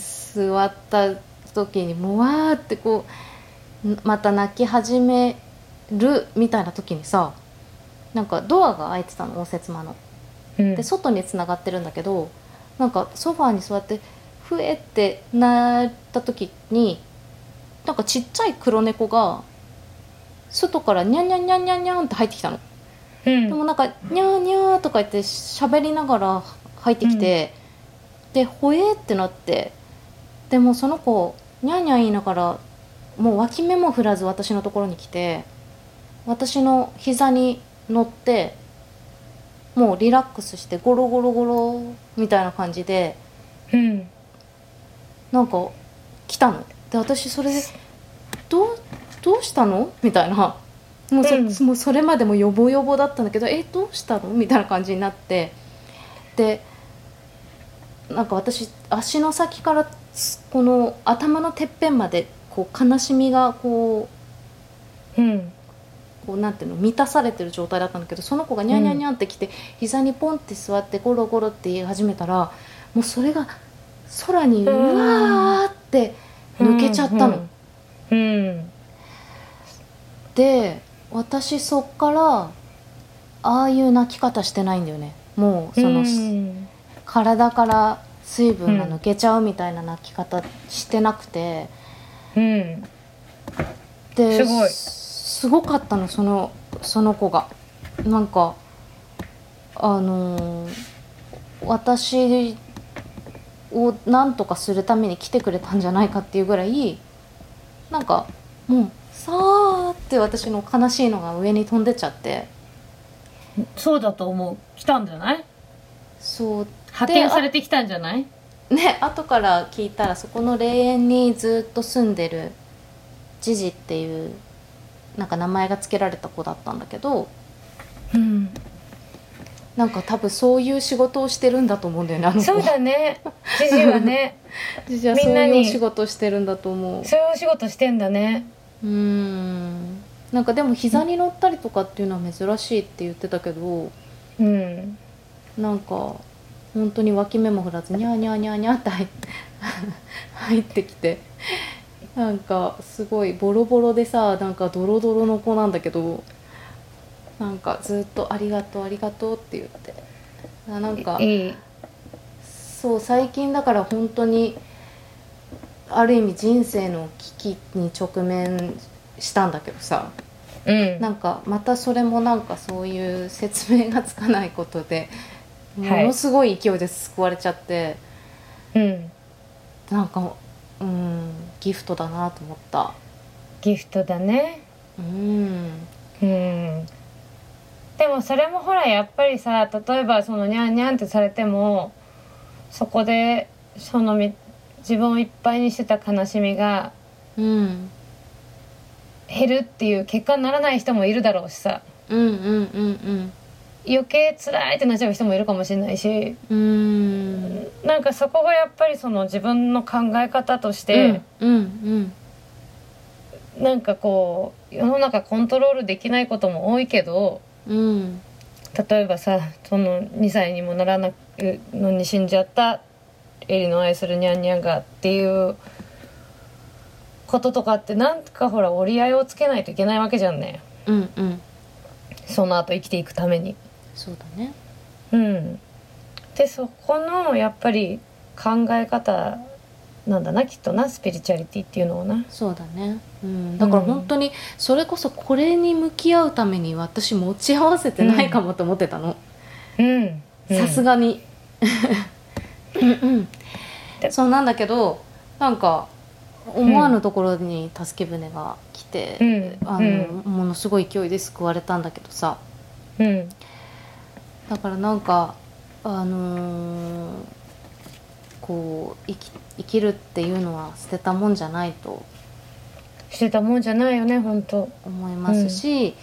[SPEAKER 1] 座った時にもうわーってこうんまた泣き始めるみたいな時にさなんかドアが開いてたの応接間の。
[SPEAKER 7] うん
[SPEAKER 1] で外につながってるんだけどなんかソファーに座ってふえってなった時になんかちっちゃい黒猫が外からニャンニャンニャンニャンニャンって入ってきたの、
[SPEAKER 7] うん
[SPEAKER 1] でもなんかニャーニャーとか言って喋りながら入ってきて、でほえってなってでもその子ニャーニャー言いながらもう脇目も振らず私のところに来て私の膝に乗ってもうリラックスしてゴロゴロゴロみたいな感じで
[SPEAKER 7] うん
[SPEAKER 1] なんか来たので私それで「どうどうしたの?」みたいなもうそ,、
[SPEAKER 7] うん
[SPEAKER 1] もうそれまでもよぼよぼだったんだけど「えどうしたの?」みたいな感じになってでなんか私足の先からつこの頭のてっぺんまでこう悲しみがこう
[SPEAKER 7] うん
[SPEAKER 1] こうなんていうの満たされてる状態だったんだけどその子がニャンニャンニャンって来て、膝にポンって座ってゴロゴロって言い始めたらもうそれが空にうわーって抜けちゃったの。
[SPEAKER 7] うん
[SPEAKER 1] で私そっからああいう泣き方してないんだよねもうその、
[SPEAKER 7] うん
[SPEAKER 1] 体から水分が抜けちゃうみたいな泣き方してなくて、
[SPEAKER 7] うん
[SPEAKER 1] です
[SPEAKER 7] ごい
[SPEAKER 1] すごかったのそのその子がなんかあのー私を何とかするために来てくれたんじゃないかっていうぐらいなんかもうさーって私の悲しいのが上に飛んでっちゃって
[SPEAKER 7] そうだと思う来たんじゃない
[SPEAKER 1] そう
[SPEAKER 7] 派遣されてきたんじゃない
[SPEAKER 1] ね後から聞いたらそこの霊園にずっと住んでるジジっていうなんか名前が付けられた子だったんだけど
[SPEAKER 7] うん
[SPEAKER 1] なんか多分そういう仕事をしてるんだと思うんだよねあの子
[SPEAKER 7] そうだねジジはね
[SPEAKER 1] ジジは <laughs>
[SPEAKER 7] み
[SPEAKER 1] そ
[SPEAKER 7] ん
[SPEAKER 1] う
[SPEAKER 7] なに
[SPEAKER 1] いう仕事をしてるんだと思う
[SPEAKER 7] そういうお仕事してんだね
[SPEAKER 1] うーんなんかでも膝に乗ったりとかっていうのは珍しいって言ってたけど
[SPEAKER 7] うん
[SPEAKER 1] なんか本当に脇目も振らずにゃーにゃーにゃーにゃーって入って <laughs> 入ってきてなんかすごいボロボロでさなんかドロドロの子なんだけどなんかずっと「ありがとうありがとう」って言ってあなんか
[SPEAKER 7] いい
[SPEAKER 1] そう最近だから本当にある意味人生の危機に直面したんだけどさ
[SPEAKER 7] うん
[SPEAKER 1] なんかまたそれもなんかそういう説明がつかないことでも
[SPEAKER 7] はい
[SPEAKER 1] のすごい勢いで救われちゃって、
[SPEAKER 7] うん
[SPEAKER 1] なんかうんギフトだなと思った
[SPEAKER 7] ギフトだね
[SPEAKER 1] うん
[SPEAKER 7] うんでもそれもほらやっぱりさ例えばそのニャンニャンってされてもそこでそのみ自分をいっぱいにしてた悲しみが
[SPEAKER 1] うん
[SPEAKER 7] 減るっていう結果にならない人もいるだろうしさ
[SPEAKER 1] うんうんうん
[SPEAKER 7] 余計辛いってなっちゃう人もいるかもしれないし
[SPEAKER 1] うんうん
[SPEAKER 7] なんかそこがやっぱりその自分の考え方として、
[SPEAKER 1] うんうん
[SPEAKER 7] なんかこう世の中コントロールできないことも多いけど
[SPEAKER 1] うん
[SPEAKER 7] 例えばさその2歳にもならなくのに死んじゃったエリの愛するニャンニャンがっていうこととかってなんかほら折り合いをつけないといけないわけじゃんね
[SPEAKER 1] うんうん
[SPEAKER 7] その後生きていくために。
[SPEAKER 1] そうだね
[SPEAKER 7] うん、でそこのやっぱり考え方なんだなきっとなスピリチュアリティっていうのをな。
[SPEAKER 1] そうだね、うん、だから本当にそれこそこれに向き合うために私持ち合わせてないかもと思ってたの
[SPEAKER 7] うん
[SPEAKER 1] さすがに <laughs> うんうんそうなんだけどなんか思わぬところに助け舟が来て、
[SPEAKER 7] うん
[SPEAKER 1] あ
[SPEAKER 7] う
[SPEAKER 1] の
[SPEAKER 7] ん
[SPEAKER 1] ものすごい勢いで救われたんだけどさ
[SPEAKER 7] うん
[SPEAKER 1] だからなんかあのーここう生き生きるっていうのは捨てたもんじゃないと
[SPEAKER 7] してたもんじゃないよね本当
[SPEAKER 1] 思いますし、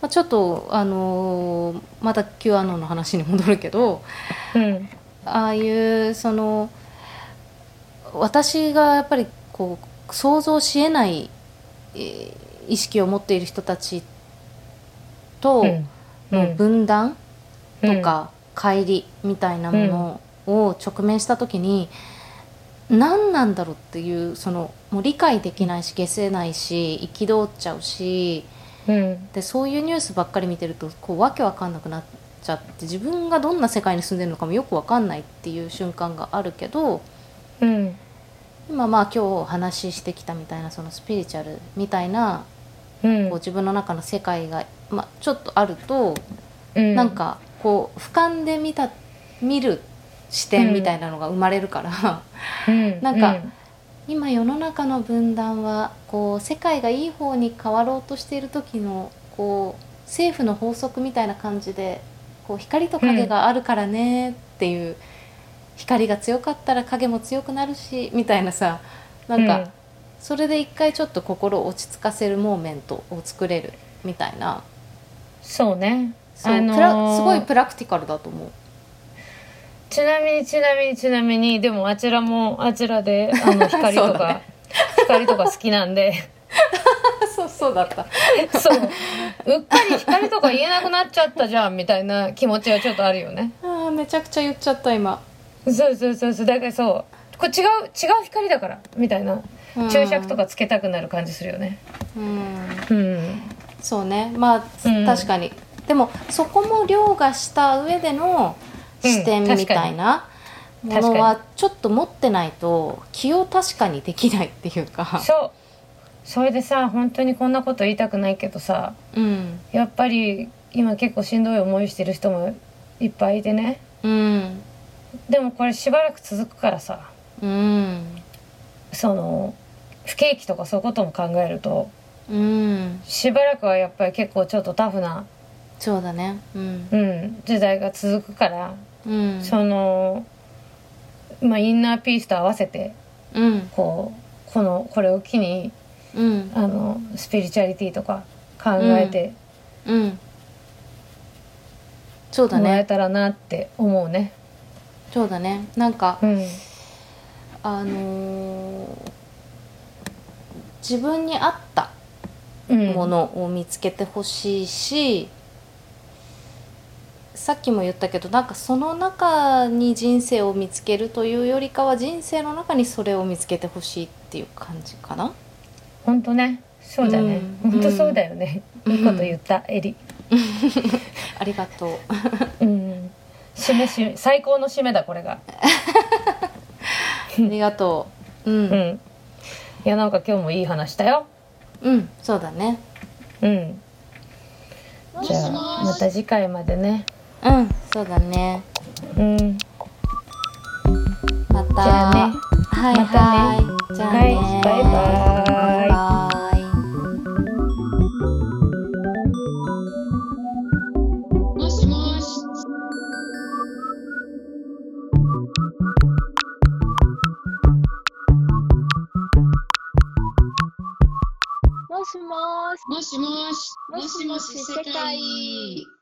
[SPEAKER 1] まあ、ちょっと、あのーまた Q アノンの話に戻るけど
[SPEAKER 7] うん
[SPEAKER 1] ああいうその私がやっぱりこう想像しえないえー意識を持っている人たちとの分断、と、か乖離みたいなものを直面した時に何なんだろうっていうそのもう理解できないし消せないし憤っちゃうし
[SPEAKER 7] うんうん
[SPEAKER 1] でそういうニュースばっかり見てるとこうわけわかんなくなっちゃって自分がどんな世界に住んでるのかもよくわかんないっていう瞬間があるけど
[SPEAKER 7] うん
[SPEAKER 1] 今まあ今日お話ししてきたみたいなそのスピリチュアルみたいな
[SPEAKER 7] うん
[SPEAKER 1] こう自分の中の世界が、まあ、ちょっとあると
[SPEAKER 7] うん
[SPEAKER 1] なんかこう俯瞰で見た見る視点みたいなのが生まれるから、
[SPEAKER 7] うん
[SPEAKER 1] なんか今世の中の分断はこう世界がいい方に変わろうとしている時のこう政府の法則みたいな感じでこう光と影があるからねっていう、光が強かったら影も強くなるしみたいなさなんか、それで一回ちょっと心を落ち着かせるモーメントを作れるみたいな
[SPEAKER 7] そうね
[SPEAKER 1] そう、
[SPEAKER 7] あのー
[SPEAKER 1] プラすごいプラクティカルだと思う。 <laughs>
[SPEAKER 7] ちなみにちなみにちなみにでもあちらもあちらであ
[SPEAKER 1] <laughs>
[SPEAKER 7] の光
[SPEAKER 1] そ
[SPEAKER 7] と
[SPEAKER 1] う
[SPEAKER 7] か、
[SPEAKER 1] だね
[SPEAKER 7] 光とか好きなんで
[SPEAKER 1] <laughs> そうそうだった
[SPEAKER 7] そううっかり光とか言えなくなっちゃったじゃんみたいな気持ちはちょっとあるよね
[SPEAKER 1] あーめちゃくちゃ言っちゃった今、
[SPEAKER 7] そうそうそうそうだからそうこれ違う違う光だからみたいな
[SPEAKER 1] うん
[SPEAKER 7] 注釈とかつけたくなる感じするよね
[SPEAKER 1] うん
[SPEAKER 7] うん
[SPEAKER 1] そうねまあ、
[SPEAKER 7] うん
[SPEAKER 1] 確かにでもそこも凌駕した上での視点
[SPEAKER 7] うん
[SPEAKER 1] みたいなもの
[SPEAKER 7] 確
[SPEAKER 1] はちょっと持ってないと気を確かにできないっていうか
[SPEAKER 7] そうそれでさ本当にこんなこと言いたくないけどさ
[SPEAKER 1] うん
[SPEAKER 7] やっぱり今結構しんどい思いしてる人もいっぱいいてね
[SPEAKER 1] うん
[SPEAKER 7] でもこれしばらく続くからさ
[SPEAKER 1] うん
[SPEAKER 7] その不景気とかそういうことも考えると
[SPEAKER 1] うん
[SPEAKER 7] しばらくはやっぱり結構ちょっとタフな、
[SPEAKER 1] そうだねうん
[SPEAKER 7] うん、時代が続くから、
[SPEAKER 1] うん
[SPEAKER 7] その、まあ、インナーピースと合わせて
[SPEAKER 1] うん
[SPEAKER 7] こうこのこれを機に
[SPEAKER 1] うん
[SPEAKER 7] あのスピリチュアリティとか考えて
[SPEAKER 1] うんそうだ
[SPEAKER 7] もらえ
[SPEAKER 1] ね
[SPEAKER 7] たらなって思うね。
[SPEAKER 1] そうだねなんか
[SPEAKER 7] うん
[SPEAKER 1] あのー自分に合った
[SPEAKER 7] うん
[SPEAKER 1] ものを見つけてほしいし、さっきも言ったけどなんかその中に人生を見つけるというよりかは人生の中にそれを見つけてほしいっていう感じかな。
[SPEAKER 7] 本当ねそうだね、
[SPEAKER 1] うん
[SPEAKER 7] 本当そうだよね、
[SPEAKER 1] うん
[SPEAKER 7] いいこと言ったエリ
[SPEAKER 1] ありが
[SPEAKER 7] <laughs>
[SPEAKER 1] とう。
[SPEAKER 7] うん締め締め最高の締めだこれが
[SPEAKER 1] ありがとう。うん、
[SPEAKER 7] う
[SPEAKER 1] うん、
[SPEAKER 7] んいやなんか今日もいい話だよ
[SPEAKER 1] そうだね。
[SPEAKER 7] うんじゃあまた次回までね
[SPEAKER 1] うん、そうだね。
[SPEAKER 7] うん
[SPEAKER 1] また。
[SPEAKER 7] じゃあね
[SPEAKER 1] はい
[SPEAKER 7] また
[SPEAKER 1] はい。
[SPEAKER 7] ね
[SPEAKER 1] じゃあね、
[SPEAKER 7] はいバイバイ
[SPEAKER 1] バイバイ
[SPEAKER 2] もしもし。
[SPEAKER 3] もしもし。
[SPEAKER 2] もしもし。
[SPEAKER 3] もしもし世界。